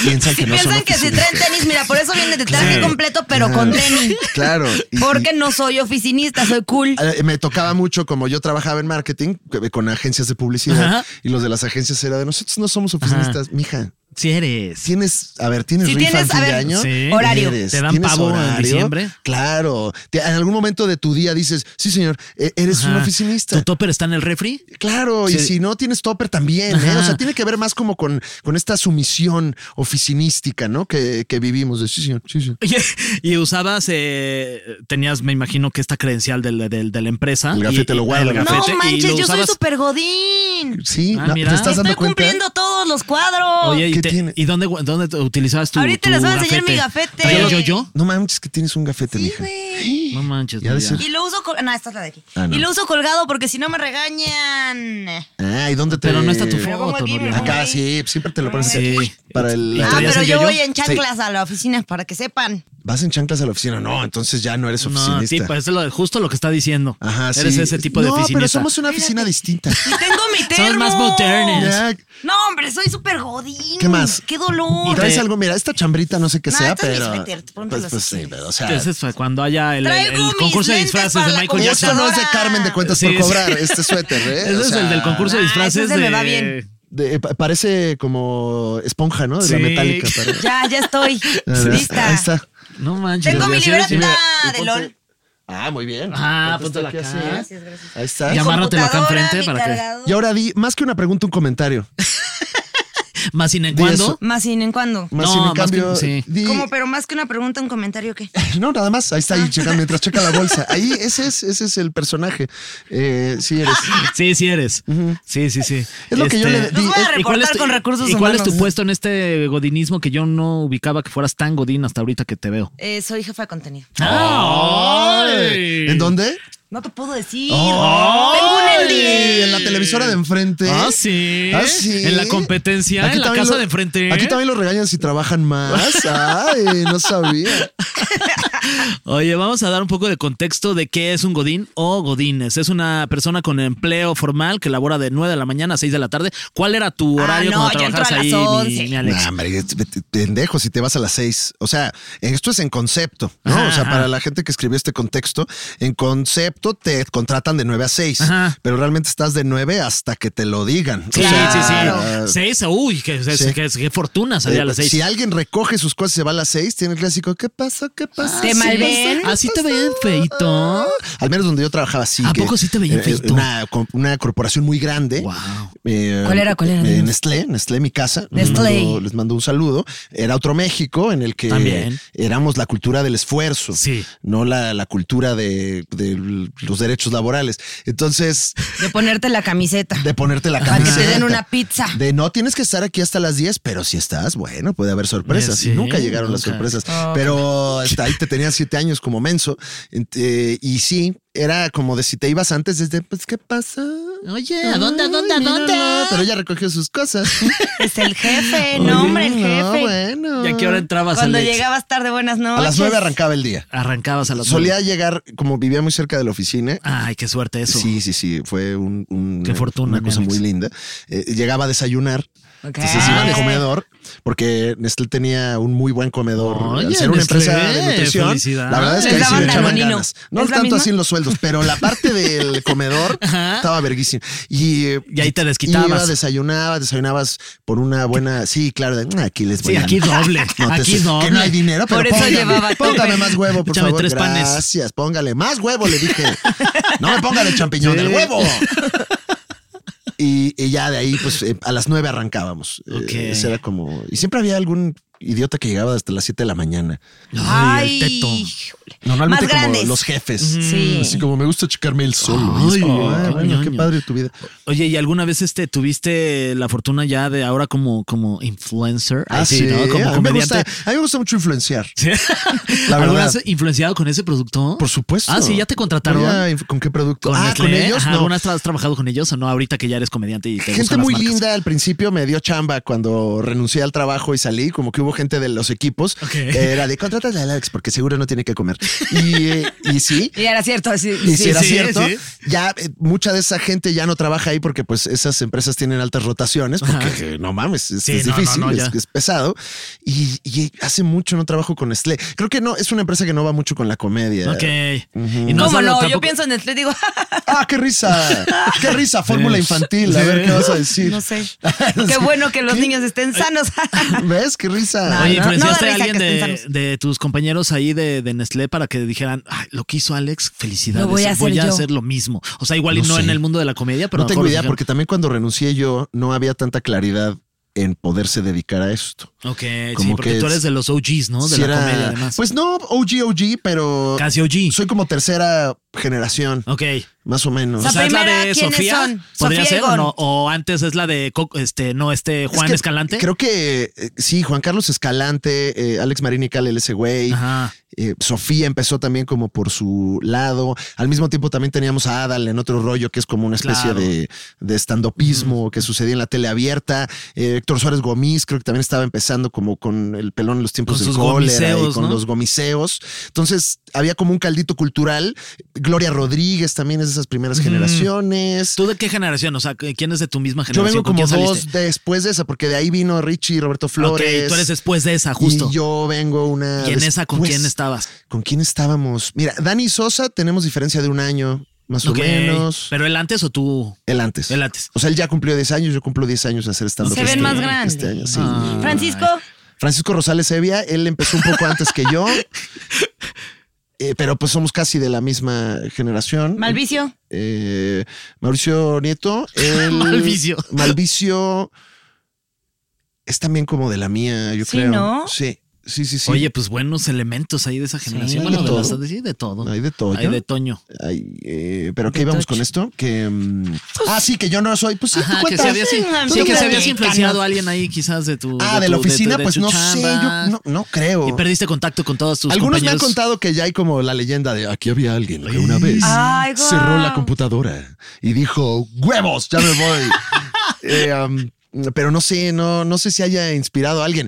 piensan que
Si
no son
piensan que si
oficinistas.
traen tenis, mira, por eso viene de traje
Claro.
completo, pero con tenis.
Claro. Y-
Porque no soy oficinista, soy cool.
y, eh, me tocaba mucho como yo trabajaba en marketing que- eh, con agencias de publicidad
Ajá.
y los de las agencias era de nosotros no somos oficinistas, mija.
Si eres.
Tienes, a ver, tienes
Sí,
rifa
tienes,
en fin
a
de
ver,
año.
sí.
horario.
Te dan
¿Tienes
pavo en diciembre.
Claro. Te- en algún momento de tu día dices, sí, señor, e- eres un
Ajá.
oficinista.
¿Tu topper está en el refri?
Claro, y
Sí.
si no tienes topper también, ¿eh?
Ajá.
O sea, tiene que ver más como con, con esta sumisión oficinística, ¿no? Que, que vivimos de sí, señor, sí, señor.
Oye, y usabas, eh, tenías, me imagino que esta credencial del, del- de la empresa.
El
Y-
gafete lo
y-
guarda,
el
el
no
gafete, y
manches,
lo
yo soy
usabas-
super godín.
Sí,
Ah,
no,
mira.
¿te estás dando
Estoy
cuenta?
cumpliendo todos los cuadros.
Oye, ¿y,
¿Qué
te-
tiene?
¿y dónde, gu- dónde te utilizabas tu
Ahorita
tu
les voy a enseñar mi gafete.
¿Traía yo, yo?
No manches que tienes un gafete,
Sí,
mija.
güey.
No manches.
Ya de
Nuria.
ser-
Y lo uso col- no, esta es la de aquí.
Ah, no.
Y lo uso colgado porque si no me regañan.
Ah, ¿y dónde te
Pero no está tu
Pero pongo
foto,
aquí,
Nuria.
pero-
Acá sí, siempre te lo pones
Sí.
aquí para el
Y
Ah,
traías
pero
el
yo
yo-yo?
voy en chanclas a la oficina para que sepan.
vas en chanclas a la oficina. No, entonces ya no eres
No,
oficinista.
tipo, es lo, justo lo que está diciendo.
Ajá, sí.
Eres ese tipo de
No,
oficinista.
pero somos una oficina distinta.
Y tengo mi termo.
más modernas.
Ya,
No, hombre, soy súper godín.
¿Qué más?
Qué dolor.
traes algo, mira, esta chambrita no sé qué
No,
sea,
esta es mi
pero
suéter, póntelo
pues, pues
si
sí,
quieres.
pero o sea,
Entonces, fue cuando haya el, el- el
Traigo mis
concurso de
lentes
disfraces
para
de
la
Michael
computadora.
esto
Jackson.
no es de Carmen de cuentas
Sí,
por
sí.
cobrar, este suéter, ¿eh?
Ese
O
es
sea,
el del concurso de
Ah, ese
disfraces
se
de...
me va bien.
de- eh, pa- parece como esponja, ¿no? De la
Sí.
metálica. parece.
Ya, ya estoy.
A ver,
Lista.
Ahí está.
No manches.
Tengo mi
Nuria, sí
libreta
eres- sí, mira.
de LOL.
Ah, muy bien.
Ah,
Ponte
póntela
esto
acá.
así, ¿eh? Ahí está.
Y amárratelo acá
Computadora, mi
enfrente para que-
cargador.
Y ahora di, más que una pregunta, un comentario.
Más sin en
Di
cuando.
eso.
Más sin en cuando.
Más
No,
sin en
más que-
cambio,
sí.
di-
Como, pero más que una pregunta, un comentario que.
No, nada más. Ahí está ahí checa- mientras checa la bolsa. Ahí ese es, ese es el personaje. Eh, sí, eres.
Sí, sí eres. Sí, sí, sí. Este,
Es lo que yo le-
Los voy a
¿Y cuál es
reportar
tu-
con recursos
¿Y cuál es tu
humanos.
puesto en este godinismo que yo no ubicaba que fueras tan godín hasta ahorita que te veo?
Eh, soy jefa de contenido.
¡Ay!
¿En dónde?
No te puedo decir. Tengo un
Sí,
NDA.
en la televisora de enfrente.
Ah, sí.
Ah, sí.
En la competencia, en la
también
casa
lo-
de enfrente.
Aquí también lo regañan si trabajan más. Ay, no sabía.
Oye, vamos a dar un poco de contexto de qué es un godín o godines. Es una persona con empleo formal que labora de 9 de la mañana a 6 de la tarde. ¿Cuál era tu
Ah,
horario
no,
cuando
yo entro a
trabajabas
las
ahí, mi,
11.
mi Alex?
Nah, hombre, es- vete- pendejo si te vas a las seis. O sea, esto es en concepto, ¿no?
Ajá,
o sea,
ajá.
para la gente que escribió este contexto, en concepto te contratan de nueve a seis,
Ajá.
pero realmente estás de nueve hasta que te lo digan.
Sí,
O sea,
sí, sí. Seis, uy, qué, qué- qué fortuna salir
eh,
a las seis.
Si alguien recoge sus cosas y se va a las seis, tiene el clásico, ¿qué pasó? ¿Qué pasó?
Te ¿Te mal ven?
Así te ven feito.
Al menos donde yo trabajaba sí.
¿A
que
poco sí te veían
era
feito?
Una, co- una corporación muy grande.
Wow.
Eh,
¿Cuál era? ¿Cuál era?
eh, Nestlé, Nestlé, mi casa. Les
Nestlé.
mando- Les mando un saludo. Era otro México en el que
También.
éramos la cultura del esfuerzo.
Sí.
No la, la cultura de, de los derechos laborales. Entonces,
De ponerte la camiseta.
de ponerte la
Para que te
camiseta.
den una pizza.
De no tienes que estar aquí hasta las 10, pero si estás, bueno, puede haber sorpresas.
Sí,
Y nunca llegaron las
nunca.
sorpresas. Pero hasta ahí te tenías siete años como menso. Ent- eh, y sí, era como de si te ibas antes, desde, pues, ¿qué pasa?
Oye, ¿a dónde, a dónde, a
Ay, mira,
dónde?
no, Pero ya recogió sus cosas.
Es el jefe, no, hombre, el
No,
jefe.
bueno.
¿Y a qué hora entrabas
Cuando
Alex?
llegabas tarde, buenas noches.
A las nueve arrancaba el día.
Arrancabas a las
Solía
nueve.
llegar, como vivía muy cerca de la oficina,
Ay, qué suerte eso.
Sí, sí, sí. Fue un, un-
Qué fortuna,
una
mi
cosa
Alex.
muy linda. Eh, llegaba a desayunar.
Ok.
Entonces iba al comedor, porque Nestlé tenía un muy buen comedor.
Oye,
al ser una
Nestlé,
empresa de nutrición,
felicidades.
la verdad es que
Les
ahí sí
daban
le echaban
Danonino.
ganas. No
¿Es la
tanto
misma?
así en los sueldos, pero la parte del comedor estaba verguísima. Y, eh,
Y ahí te desquitabas.
Iba, desayunaba, desayunabas por una buena. Sí, claro, de, "Mm, aquí les voy
Sí,
a-
aquí doble,
No te sé,
aquí doble.
Que no hay dinero, pero
Por eso
póngame,
llevaba
póngame
topper.
más huevo, por
Échame
favor.
tres panes.
Gracias, póngale más huevo, le dije. No me ponga de champiñón, el huevo. Y, y ya de ahí, pues eh, a las nueve arrancábamos. Eh,
Ok.
ese era como. Y siempre había algún idiota que llegaba hasta las siete de la mañana.
Ay, el teto.
híjole.
Normalmente
Más
como
grandes.
los jefes.
Sí.
Así como me gusta checarme el solo.
Ay,
Y es como,
ay,
ah,
qué
bueno, qué
ñoño.
padre tu vida.
Oye, ¿y alguna vez este tuviste la fortuna ya de ahora como, como influencer? Ay,
Ah, sí,
¿no?
a,
Como
mí me gusta,
comediante.
a mí me gusta mucho influenciar. La
¿Alguna
verdad.
vez influenciado con ese producto?
Por supuesto.
Ah, sí, ya te contrataron.
Mira, inf- ¿Con qué producto?
Con
ah,
Nestlé.
con ellos.
Ajá,
no.
¿Alguna vez has trabajado con ellos o no? Ahorita que ya eres comediante y te
Gente
gustan las
muy
marcas.
linda al principio me dio chamba cuando renuncié al trabajo y salí, como que hubo gente de los equipos
Ok.
que era de contratas a Alex porque seguro no tiene que comer. Y, eh, y sí,
Y era cierto, así.
y si
Sí,
era
sí,
cierto,
sí.
ya eh, mucha de esa gente ya no trabaja ahí porque pues esas empresas tienen altas rotaciones, porque
Ajá.
eh, no mames, es,
Sí,
es
no, no,
difícil,
no, ya.
es, es pesado. Y, y hace mucho no trabajo con Nestlé. Creo que no, es una empresa que no va mucho con la comedia.
Ok. Y no
¿Cómo
solo
no? Yo
tampoco-
pienso en el y digo,
Ah, qué risa, qué risa, fórmula infantil. A ver qué vas a decir.
no sé. Qué bueno que los
¿Qué?
niños estén sanos.
¿Ves? Qué risa.
Ay,
Oye,
no, no da
¿influenciaste a
risa
alguien
que estén
de,
sanos.
de tus compañeros ahí de, de Nestlé para que dijeran, "Ay, lo que hizo Alex, felicidades,
Lo voy a hacer yo".
hacer lo mismo? O sea, igual y
No
no
sé.
en el mundo de la comedia, pero a
no
lo
tengo
mejor
idea,
dijeron,
porque también cuando renuncié yo no había tanta claridad en poderse dedicar a esto.
Ok, sí,
como
porque
que
tú
es-
eres de los OGs, ¿no? De
Si
la
era-
comedia, además.
Pues no, OG, OG, pero
Casi OG.
soy como tercera generación,
Ok.
más o menos.
O sea,
¿es la
primera,
de
¿quiénes
Sofía?
son?
¿Podría
Sofía
ser o
Egon.
no? O antes es la de, Co- este, no, este,
Es
Juan
que
Escalante.
Creo que eh, sí, Juan Carlos Escalante, eh, Alex Marín y Cal, ese güey.
Ajá.
Eh, Sofía empezó también como por su lado. Al mismo tiempo también teníamos a Adal en otro rollo que es como una especie
Claro.
de, de estandopismo que sucedía en la tele abierta. Eh, Héctor Suárez Gomis creo que también estaba empezando como con el pelón en los tiempos
Con
del
sus
cólera y
gomiseos,
con
¿no?
los gomiseos. Entonces había como un caldito cultural. Gloria Rodríguez también es de esas primeras generaciones.
¿Tú de qué generación? O sea, ¿quién es de tu misma
Yo
generación?
vengo
¿Con
como
quién
dos
saliste?
después de esa, porque de ahí vino Richie y Roberto
Ok,
Flores.
tú eres después de esa, justo.
Y yo vengo una.
¿Y en esa con
después.
quién estabas?
¿Con quién estábamos? Mira, Dani y Sosa tenemos diferencia de un año, más
Ok,
o menos.
¿Pero el antes o tú?
el antes.
el antes.
O sea, él ya cumplió 10 años, yo cumplo 10 años de hacer stand-up.
Se ven más grandes.
este año, sí.
Ah.
Francisco,
Francisco Rosales Evia, él empezó un poco antes que yo. Eh, pero pues somos casi de la misma generación.
Malvicio.
Eh, Mauricio Nieto. él-
Malvicio.
Malvicio es también como de la mía, yo
Sí,
creo.
¿no?
Sí, sí, sí, sí.
Oye, pues buenos elementos ahí de esa generación.
hay
bueno,
de
de, las-
todo.
sí, de todo.
Hay de todo,
Hay
¿no?
de Toño.
Ay, eh, pero ¿qué íbamos con esto? Que. mm, ah, sí, que yo no soy. Pues sí, tú
Ajá, que
cuentas.
se había,
Ay,
sí, sí, que se
mexicanos.
había influenciado a alguien ahí quizás de tu...
Ah, de
tu-
la oficina,
de- de
pues
tu
no sé.
chamba.
Yo no, no creo.
Y perdiste contacto con todos tus
Algunos me han
compañeros.
contado que ya hay como la leyenda de aquí había alguien que una vez
Ay, guau.
cerró la computadora y dijo: ¡Huevos! Ya me voy. Eh, um, pero no sé, no, no sé si haya inspirado a alguien.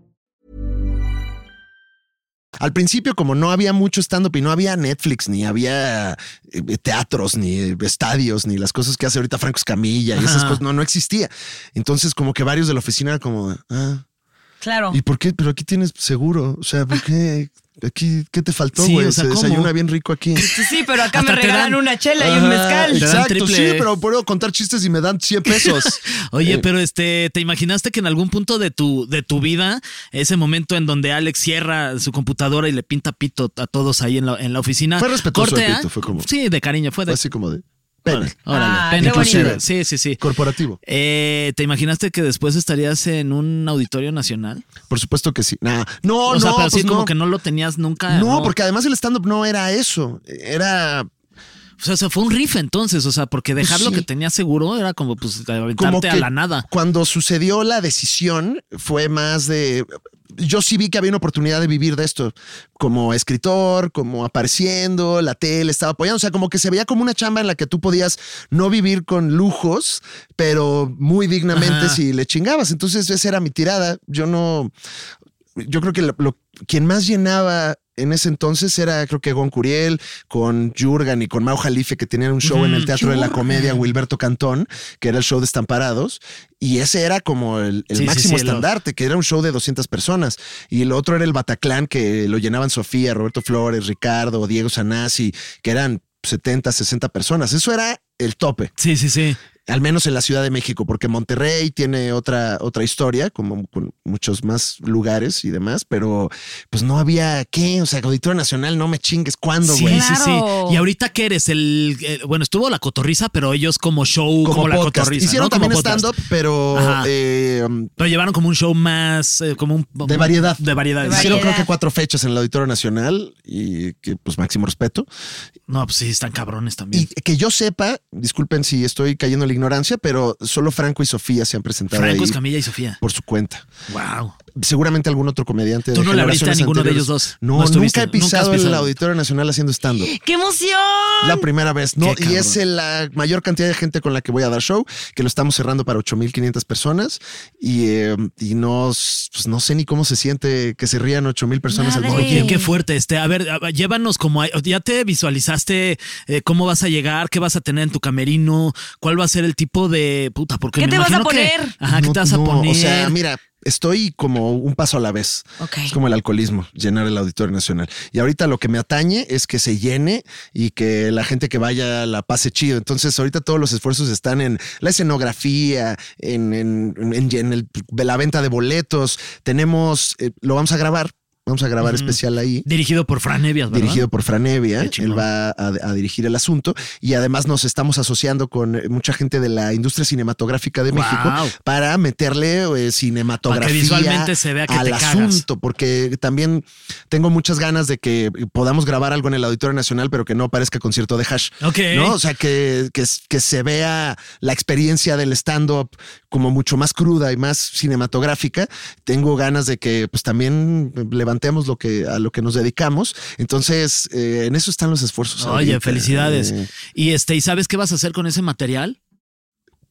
Al principio, como no había mucho stand-up y no había Netflix, ni había eh, teatros, ni estadios, ni las cosas que hace ahorita Franco Escamilla y esas
Ajá.
cosas, no, no existía. Entonces, como que varios de la oficina eran como, ah,
Claro.
¿y por qué? Pero aquí tienes seguro. O sea, ¿por qué? Aquí, ¿qué te faltó,
Sí,
güey?
o sea,
Se
¿cómo?
desayuna bien rico aquí.
Sí, sí, pero acá me
Hasta te
regalan
dan-
una chela y un
Ajá,
mezcal.
te dan
Exacto,
triple.
sí, pero puedo contar chistes y me dan 100 pesos. Eh.
Oye, pero este, ¿te imaginaste que en algún punto de tu, de tu vida, ese momento en donde Alex cierra su computadora y le pinta pito a todos ahí en la, en la oficina?
Fue respetuoso
corte
el
a-
pito, fue como-
Sí, de cariño, fue de.
Fue así como de pene.
Órale,
Ah,
pene
qué
inclusive.
bonito.
Sí, sí, sí.
Corporativo.
Eh, ¿Te imaginaste que después estarías en un auditorio nacional?
Por supuesto que sí. Nah, No,
o
no,
sea, pero
pues
sí, como
no.
que no lo tenías nunca.
No, porque además el stand-up no era eso. Era
O sea, o sea, fue un riff entonces, o sea, porque dejar lo
Pues sí.
que tenías seguro era como pues
como
aventarte
que
a la nada.
Cuando sucedió la decisión, fue más de. Yo sí vi que había una oportunidad de vivir de esto como escritor, como apareciendo, la tele estaba apoyando. O sea, como que se veía como una chamba en la que tú podías no vivir con lujos, pero muy dignamente
Ajá.
si le chingabas. Entonces, esa era mi tirada. Yo no. Yo creo que lo- lo- quien más llenaba en ese entonces era, creo que Gon Curiel, con Jurgen y con Mau Jalife, que tenían un show en el Teatro de la Comedia, Wilberto Cantón, que era el show de Estamparados. Y ese era como el, el
Sí, sí,
máximo
sí, lo-
estandarte, que era un show de 200 personas. Y el otro era el Bataclan, que lo llenaban Sofía, Roberto Flores, Ricardo, Diego Sanasi, que eran 70, 60 personas. Eso era el tope
Sí, sí, sí.
al menos en la Ciudad de México, porque Monterrey tiene otra, otra historia, como con muchos más lugares y demás, pero pues no había qué, o sea, Auditorio Nacional, no me chingues, ¿cuándo,
Sí,
güey?
sí, sí.
Claro.
Y ahorita que eres el, eh, bueno, estuvo la cotorriza, pero ellos como show, como, la
podcast.
cotorriza.
Hicieron
¿no? Como
también
podcast.
stand-up, pero
Ajá.
eh, um,
Pero llevaron como un show más, eh, como un
de variedad.
De variedad.
De
Hicieron
variedad.
creo que cuatro fechas en el Auditorio Nacional y que pues máximo respeto.
No, pues sí, están cabrones también.
Y que yo sepa, disculpen si estoy cayendo en la ignorancia, pero solo Franco y Sofía se han presentado
Franco
ahí
Escamilla y Sofía.
por su cuenta.
Wow.
seguramente algún otro comediante.
Tú
de
no le abriste a
generaciones
ninguno de
anteriores.
ellos dos. No
No,
estuviste,
nunca he
nunca has
pisado, el
pisado.
Auditorio Nacional haciendo stand-up.
¡Qué emoción!
La primera vez,
Qué
no, y
cabrón.
es la mayor cantidad de gente con la que voy a dar show, que lo estamos cerrando para 8500 personas y, eh, y no, pues no sé ni cómo se siente que se rían 8000 personas al
Madre.
mismo
Oye,
Oye,
tiempo.
qué fuerte este. A ver, a- llévanos como a- ya te visualizaste eh, cómo vas a llegar, qué vas a tener en tu camerino, cuál va a ser el tipo de puta, porque
¿Qué
me
te vas a
imagino que-
poner?
ajá, ¿qué
No,
te vas a
no,
poner?
O sea, mira, estoy como un paso a la vez.
Ok.
Es como el alcoholismo, llenar el Auditorio Nacional. Y ahorita lo que me atañe es que se llene y que la gente que vaya la pase chido. Entonces, ahorita todos los esfuerzos están en la escenografía, en, en- en- en el- de la venta de boletos. Tenemos, eh, lo vamos a grabar, vamos a grabar especial ahí.
dirigido por Fran Evias, ¿verdad?
Dirigido por Fran Evia,
Qué chingón.
él va a, a dirigir el asunto y además nos estamos asociando con eh, mucha gente de la industria cinematográfica de
Guau.
México para meterle eh, cinematografía
visualmente se vea que
al
te cagas.
asunto, porque también tengo muchas ganas de que podamos grabar algo en el Auditorio Nacional, pero que no parezca concierto de hash.
Ok.
¿no? O sea, que, que, que se vea la experiencia del stand-up como mucho más cruda y más cinematográfica. Tengo ganas de que pues también levantemos lo que, a lo que nos dedicamos. Entonces, eh, en eso están los esfuerzos.
Oye,
ahorita.
felicidades.
Eh,
Y este, ¿y sabes qué vas a hacer con ese material?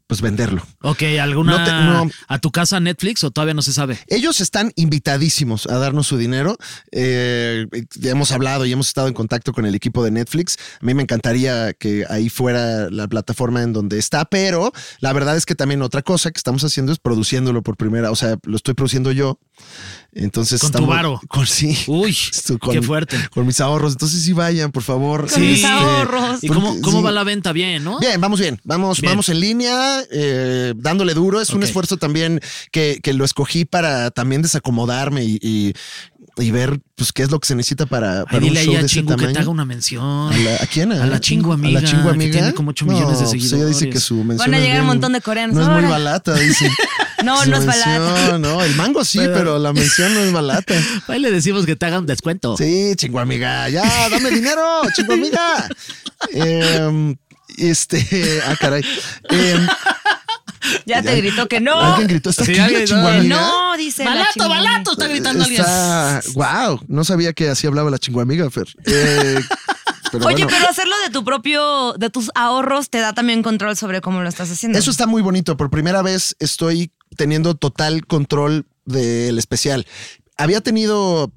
pues venderlo.
Ok, alguna
No te- no.
a tu casa Netflix o todavía no se sabe.
Ellos están invitadísimos a darnos su dinero. Eh, ya hemos hablado y hemos estado en contacto con el equipo de Netflix. A mí me encantaría que ahí fuera la plataforma en donde está, pero la verdad es que también otra cosa que estamos haciendo es produciéndolo por primera. O sea, lo estoy produciendo yo. Entonces,
Con tu
estamos-
varo.
Con, sí.
Uy,
Esto con-
qué fuerte.
Con mis ahorros. Entonces, sí, vayan, por favor.
Con mis
Este,
ahorros.
¿Y cómo,
porque-
cómo
sí.
va la venta? Bien, ¿no?
Bien, vamos bien. Vamos,
Bien.
vamos en línea, eh, dándole duro. Es un
Ok.
esfuerzo también que, que lo escogí para también desacomodarme y, y- y ver pues qué es lo que se necesita para,
Ay,
para un
dile
show
ahí
de
a
ese
Chingu que te haga
tamaño.
una mención.
¿A, la, ¿a quién?
A la Chingu
A la
amiga,
Chingu
que
amiga.
tiene como ocho millones de
pues Ella dice
seguidores.
que su mención
a
es
llegar
bien-
un montón de coreanos.
No es muy
Ahora.
barata, dice.
No, no es balata.
Mención, No, el mango sí, pero, la mención no es balata.
Ahí le decimos que te hagan descuento.
Sí, chingo amiga, ya, dame dinero, chingo amiga. Em, este, ah, caray. Em,
Ya te gritó que no.
alguien gritó, está
Sí,
aquí la
alguien, no,
chingo
Que
amiga?"
No, dice. la
Balato,
chingada.
balato, está gritando alguien.
Está, wow, no sabía que así hablaba la chinguamiga, Fer. Eh, pero
Oye,
bueno.
pero hacerlo de tu propio, de tus ahorros, te da también control sobre cómo lo estás haciendo.
Eso está muy bonito. Por primera vez estoy teniendo total control del especial. Había tenido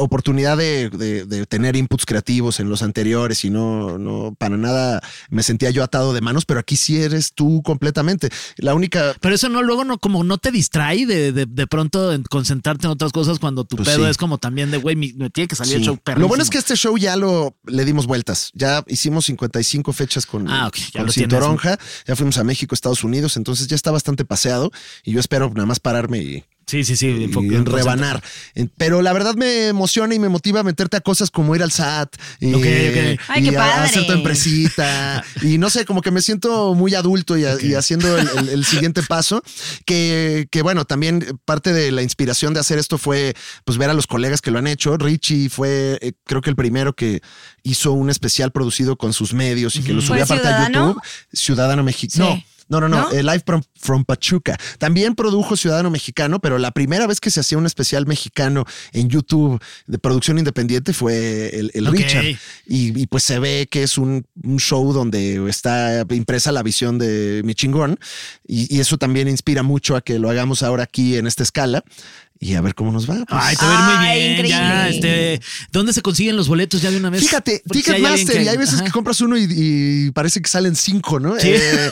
oportunidad de, de- de tener inputs creativos en los anteriores y no, no, para nada me sentía yo atado de manos, pero aquí sí eres tú completamente. La única...
Pero eso no, luego no, como no te distrae de, de, de pronto en concentrarte en otras cosas cuando tu
Pues
pedo
sí.
es como también de güey, mi- me tiene que salir
Sí.
el show
Lo
perrísimo".
bueno es que este show ya lo le dimos vueltas. Ya hicimos 55 fechas con,
Ah, ok, ya
con
lo
Cinturonja. Ya fuimos a México, Estados Unidos. Entonces ya está bastante paseado y yo espero nada más pararme y
Sí, sí, sí.
y
enfo-
en rebanar. En- Pero la verdad me emociona y me motiva a meterte a cosas como ir al SAT y,
Ok, ok.
Ay,
y
qué
a- a
padre.
hacer tu empresita. y no sé, como que me siento muy adulto y, a- y haciendo el, el- el siguiente paso. Que, que bueno, también parte de la inspiración de hacer esto fue pues ver a los colegas que lo han hecho. Richie fue, eh, creo que el primero que hizo un especial producido con sus medios y que lo
Ujú.
subió
¿Fue
aparte a
Ciudadano?
YouTube. Ciudadano
Sí.
Mexicano. No, no, no,
¿No?
eh, Live from, from Pachuca. También produjo Ciudadano Mexicano, pero la primera vez que se hacía un especial mexicano en YouTube de producción independiente fue el, el
Ok.
Richard. Y, y pues se ve que es un, un show donde está impresa la visión de mi chingón. Y, y eso también inspira mucho a que lo hagamos ahora aquí en esta escala. Y a ver cómo nos va. pues.
Ay, te va a ir muy
Ay,
bien. Ya,
increíble.
este, ¿Dónde se consiguen los boletos ya de una vez?
Fíjate,
Porque si hay alguien
Ticketmaster,
que-
y hay veces
Ajá.
que compras uno y, y parece que salen cinco, ¿no? Eh,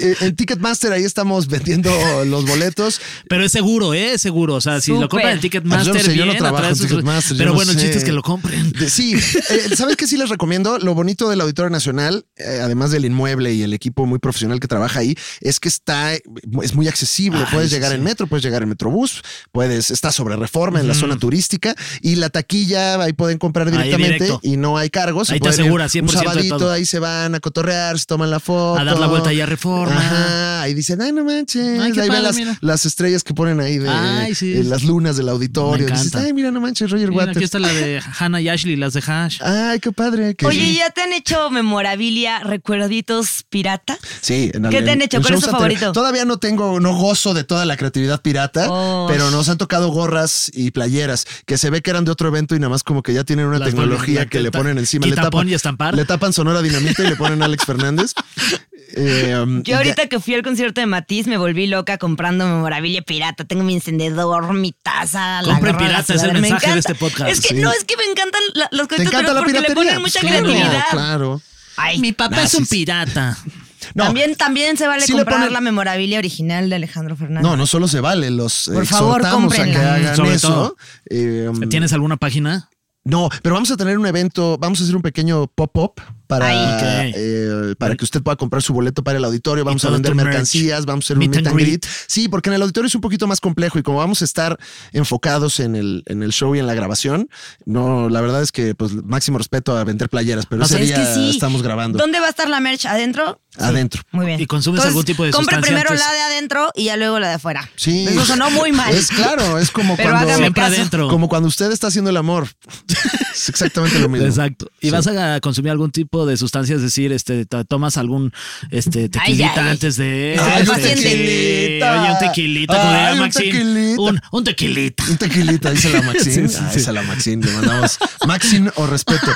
eh, en Ticketmaster ahí estamos vendiendo los boletos.
Pero es seguro, ¿eh? Es seguro. O sea, si lo
Súper.
compran en Ticketmaster,
Ah, yo no sé, yo
bien,
no trabajo
atrae
en
sus-
Ticketmaster, yo
Pero
no
bueno, el
sé.
chiste es que lo compren.
De- sí, eh, ¿sabes qué sí les recomiendo? Lo bonito del Auditorio Nacional, eh, además del inmueble y el equipo muy profesional que trabaja ahí, es que está, eh, es muy accesible. puedes llegar en metro, puedes llegar en metrobús, puedes, está sobre reforma en la zona turística y la taquilla ahí pueden comprar
Ahí
directamente
directo.
y no hay cargos. se
Ahí te
pueden ir
asegura
Un
100% de
sabadito
todo.
ahí se van a cotorrear, se toman la foto.
A dar la vuelta ahí a Reforma.
Ajá, ahí dicen, ay, no manches.
Ay,
ahí
qué
ven
padre,
las,
mira.
las estrellas que ponen ahí de
Ay, sí.
eh, las lunas del auditorio.
Me
Dices,
encanta.
ay, mira, no manches, Roger
Mira,
Waters.
aquí está la de Hannah y Ashley, las de Hash.
Ay, qué padre. que-
Oye, ¿ya te han hecho memorabilia, recuerditos pirata?
Sí, en
¿Qué te han hecho? ¿Cuál es
shows anteriores.
tu favorito?
Todavía no tengo, no gozo de toda la creatividad pirata,
Oh.
pero nos han tocado gorras y playeras que se ve que eran de otro evento y nada más como que ya tienen una
Las
tecnología
vuelven-
que le
ta-
ponen encima. Le
quitapón y estampar.
Le tapan Sonora Dinamita y le ponen Alex Fernández. Eh, um,
Yo
y ya-
ahorita que fui al concierto de Matiz me volví loca comprando memorabilia pirata. Tengo mi encendedor, mi taza, la
Compren
gorra, la
pirata, es el
sudadera. Me
mensaje de
encanta.
este podcast,
Es
sí.
que no, es que me encantan la- los
¿Te
conciertos
encanta la
porque
piratería?
le ponen
Pues
mucha
claro,
creatividad.
Claro.
Ay,
Mi papá es un pirata.
No,
también, también se vale
Sí le
comprar
ponen-
la memorabilia original de Alejandro Fernández.
No, no solo se vale, los
Por favor,
exhortamos a que
cómprenla.
hagan
Sobre
eso.
todo.
Eh, um,
¿Tienes alguna página?
No, pero vamos a tener un evento, vamos a hacer un pequeño pop-up para,
Ay, ok.
eh, para que usted pueda comprar su boleto para el auditorio, vamos a
todo
vender
tu merch.
mercancías, vamos a hacer un meet and greet. Sí, porque en el auditorio es un poquito más complejo y como vamos a estar enfocados en el, en el show y en la grabación, no, la verdad es que pues máximo respeto a vender playeras, pero
O
ese
sea,
Es
día
que sí.
estamos grabando
¿Dónde va a estar la merch? ¿Adentro?
adentro.
Muy bien.
¿Y consumes algún tipo de
compre
sustancia
primero
antes?
la de adentro y ya luego la de afuera. Pues
Sí.
Eso sonó muy mal.
Es claro, es como
Pero
cuando
hágame
Siempre
caso.
adentro.
como cuando usted está haciendo el amor. es exactamente lo mismo.
Exacto. ¿Y
Sí.
vas a consumir algún tipo de sustancia? Es decir, este, to- tomas algún este, tequilita
ay, ay.
antes de.
Ay,
un
Este,
tequilita.
Oye, un tequilita, como
Ay,
diría
un
Maxine.
tequilita.
Un, un tequilita.
Un tequilita, dice la Maxine.
Sí, sí,
Ah,
sí.
dice la Maxine, le mandamos Maxine o respeto.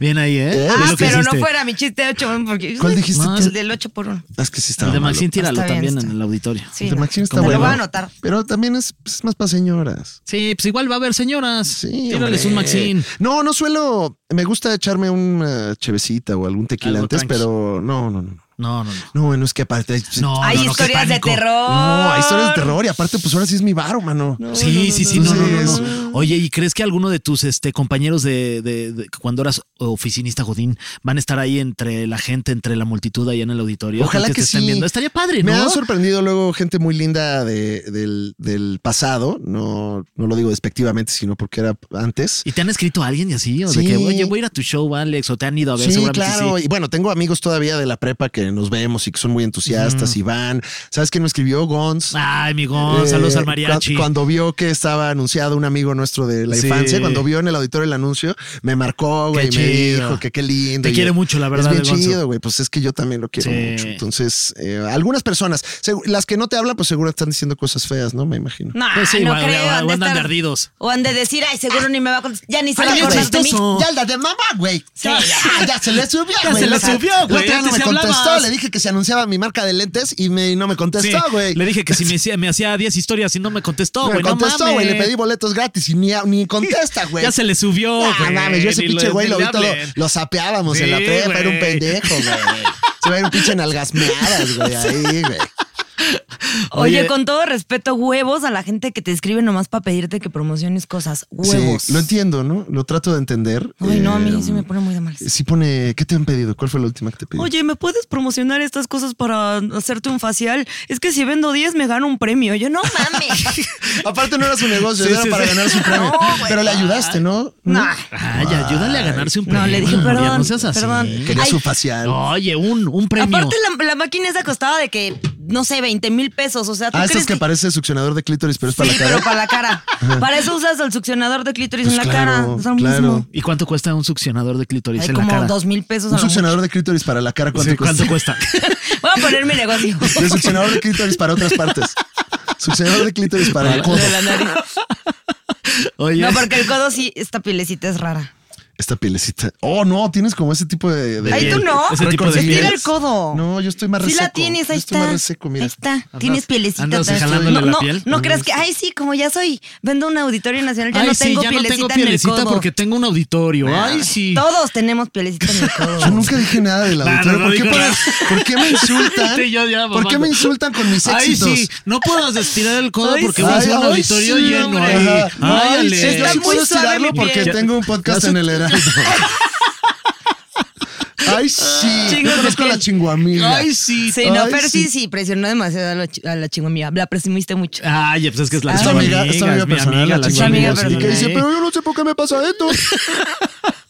Bien ahí, ¿eh?
Eh,
Ve
Ah,
lo que
pero
hiciste.
no fuera mi chiste de 8 porque
¿Cuál dijiste?
No, el del 8 por 1.
Es que sí
El
estaba
de
malo.
Maxine, tíralo
Está bien,
también
está
en el auditorio.
Sí.
El de Maxine está
Te lo
bueno.
voy a
anotar.
Pero también es, pues, es más para señoras.
Sí, pues igual va a haber señoras.
Sí,
Tírales
hombre.
un Maxine.
No, no suelo. Me gusta echarme una chevecita o algún tequila
Algo
antes,
tranqui.
pero no, no, no.
No, no, no.
No, bueno, es que aparte. pues, hay-
No,
hay
no, no, qué
historias de
pánico.
terror.
No, hay historias de terror y aparte, pues ahora sí es mi varo, mano.
Sí, sí, sí, no, no, no,
Entonces,
no. Oye, ¿y crees que alguno de tus este, compañeros de, de- de- cuando eras oficinista Godín van a estar ahí entre la gente, entre la multitud allá en el auditorio?
Ojalá
Porque
que,
te estén
sí.
viendo. Estaría padre,
Me
¿no?
ha sorprendido luego gente muy linda de- del, del pasado. No, no lo digo despectivamente, sino porque era antes.
¿Y te han escrito a alguien y así? O
Sí.
de que, oye, voy a ir a tu show, Alex, o te han ido a ver,
Sí,
seguramente
claro.
sí.
Y bueno, tengo amigos todavía de la prepa que que nos vemos y que son muy entusiastas
Mm.
y van. ¿Sabes quién me escribió? Gons.
Ay, mi Gon,
Eh,
saludos al
cua-
mariachi.
Cuando, vio que estaba anunciado un amigo nuestro de la
Sí.
infancia, cuando vio en el auditorio el anuncio, me marcó, güey, y
Qué
me
chido.
dijo que qué lindo.
Te
Y
quiere
yo,
mucho, la
Es
verdad,
bien
el Gonzo.
chido, güey. Pues es que yo también lo quiero
Sí.
mucho. Entonces, eh, algunas personas, segu- las que no te hablan, pues seguro están diciendo cosas feas, ¿no? Me imagino.
No,
Pues sí,
no
igual,
creo.
igual,
han de
andan
estar-
perdidos.
O han de decir, ay, seguro ni me va a contestar. Ya ni se va a
Ay,
acordar de mí.
chistoso.
Ya la de mamá, güey. Ya, ya, ya se le subió,
Ya
güey.
se le
O sea,
subió,
el
güey.
otro día no
Antes
me
sí
contestó.
hablabas.
Le dije que se anunciaba mi marca de lentes y, me, y no me contestó,
Sí,
güey.
Le dije que si me hacía, me hacía 10 historias y no me contestó,
me
güey. No
contestó,
mames.
güey. Le pedí boletos gratis y ni, ni contesta, güey.
Ya se le subió,
Ah,
güey.
mames, yo ese
Ni
pinche
lo-
güey lo
ni
vi
le
todo,
hablen.
lo sapeábamos en la
Sí,
prepa, era un
güey.
pendejo, güey. Se va a ir un pinche nalgasmeadas, güey, ahí, güey.
Oye,
Oye.
con todo respeto, huevos a la gente que te escribe nomás para pedirte que promociones cosas. Huevos.
Sí, lo entiendo, ¿no? Lo trato de entender.
Ay, no, a mí
Eh,
sí me pone muy de malas.
Sí pone, ¿qué te han pedido? ¿Cuál fue la última que te pedí?
Oye, ¿me puedes promocionar estas cosas para hacerte un facial? Es que si vendo 10 me gano un premio. Yo no mames.
Aparte no era su negocio,
Sí,
era
sí,
para
sí.
ganar su premio.
No, güey.
Pero le ayudaste, ¿no? ¿No?
Nah.
Ay, ayúdale a ganarse un premio.
No, le dije,
Gloria,
perdón.
No seas así. ¿eh?
perdón.
Quería
Ay,
su facial. Ah,
Oye, un, un premio.
Aparte, la, la máquina esa costaba de que, no sé, 20 mil pesos. O sea, ¿tú
Ah, este
crees
es que, parece succionador de clítoris, pero es para
sí,
la cara.
pero para la cara. para eso usas el succionador de clítoris
Pues
en la
claro,
cara. Es lo
claro.
mismo.
¿Y cuánto cuesta un succionador de clítoris
Hay
en la
como
cara?
dos mil pesos. a
Un
lo mucho.
succionador de clítoris para la cara, ¿cuánto
Sí,
cuesta?
¿Cuánto cuesta?
Voy a poner mi negocio.
De succionador de clítoris para otras partes. Succionador de clítoris para el codo.
De la nariz.
Oye,
No, porque el codo sí, esta pielecita es rara.
Esta pielecita. Oh, no, tienes como ese tipo de. de-
Ay, tú no.
Ese tipo de
Estira
piel.
el codo.
No, yo estoy más
Sí
reseco.
la tienes, ahí
yo estoy
está.
más reseco, mira.
Ahí está. Tienes pielecita.
andas
atrás.
jalándole
no,
la
no,
piel. Mm.
No creas que, ay, sí, como ya soy, vendo un auditorio nacional, ya
Ay,
no
sí,
tengo
ya no
pielecita
tengo
en
pielecita
el codo.
porque tengo un auditorio. Ay, sí.
Todos tenemos pielecita en el codo.
Yo nunca dije nada del
no,
auditorio.
no
¿Por, qué
dijo
por-
nada.
por qué me insultan?
Sí, yo ya,
¿Por qué
mamando.
me insultan con mis
Ay,
éxitos?
sí. No puedo estirar el codo
Ay,
porque
sí.
va a ser un
ay,
auditorio
sí,
lleno.
hombre.
ahí.
Ajá.
Ay,
Ay,
Alex.
sí, yo sí
Está muy
puedo
suave
estirarlo
mi
porque
piel.
tengo un podcast en el Heraldo. Ay, sí. Yo
Chingos de
conozco a
piel.
la chinguamila.
Ay, sí.
Sí, no,
Ay,
pero
sí.
sí, sí, presionó demasiado a la, chi- a la chingomía. La presumiste mucho.
Ay, pues es que es la
Esta
chica
amiga, esta amiga
es mi
personal,
amiga,
la
la
chica amiga
chinguamila. sí,
chica
personal.
que dice,
Ey.
pero yo no sé por qué me pasa esto.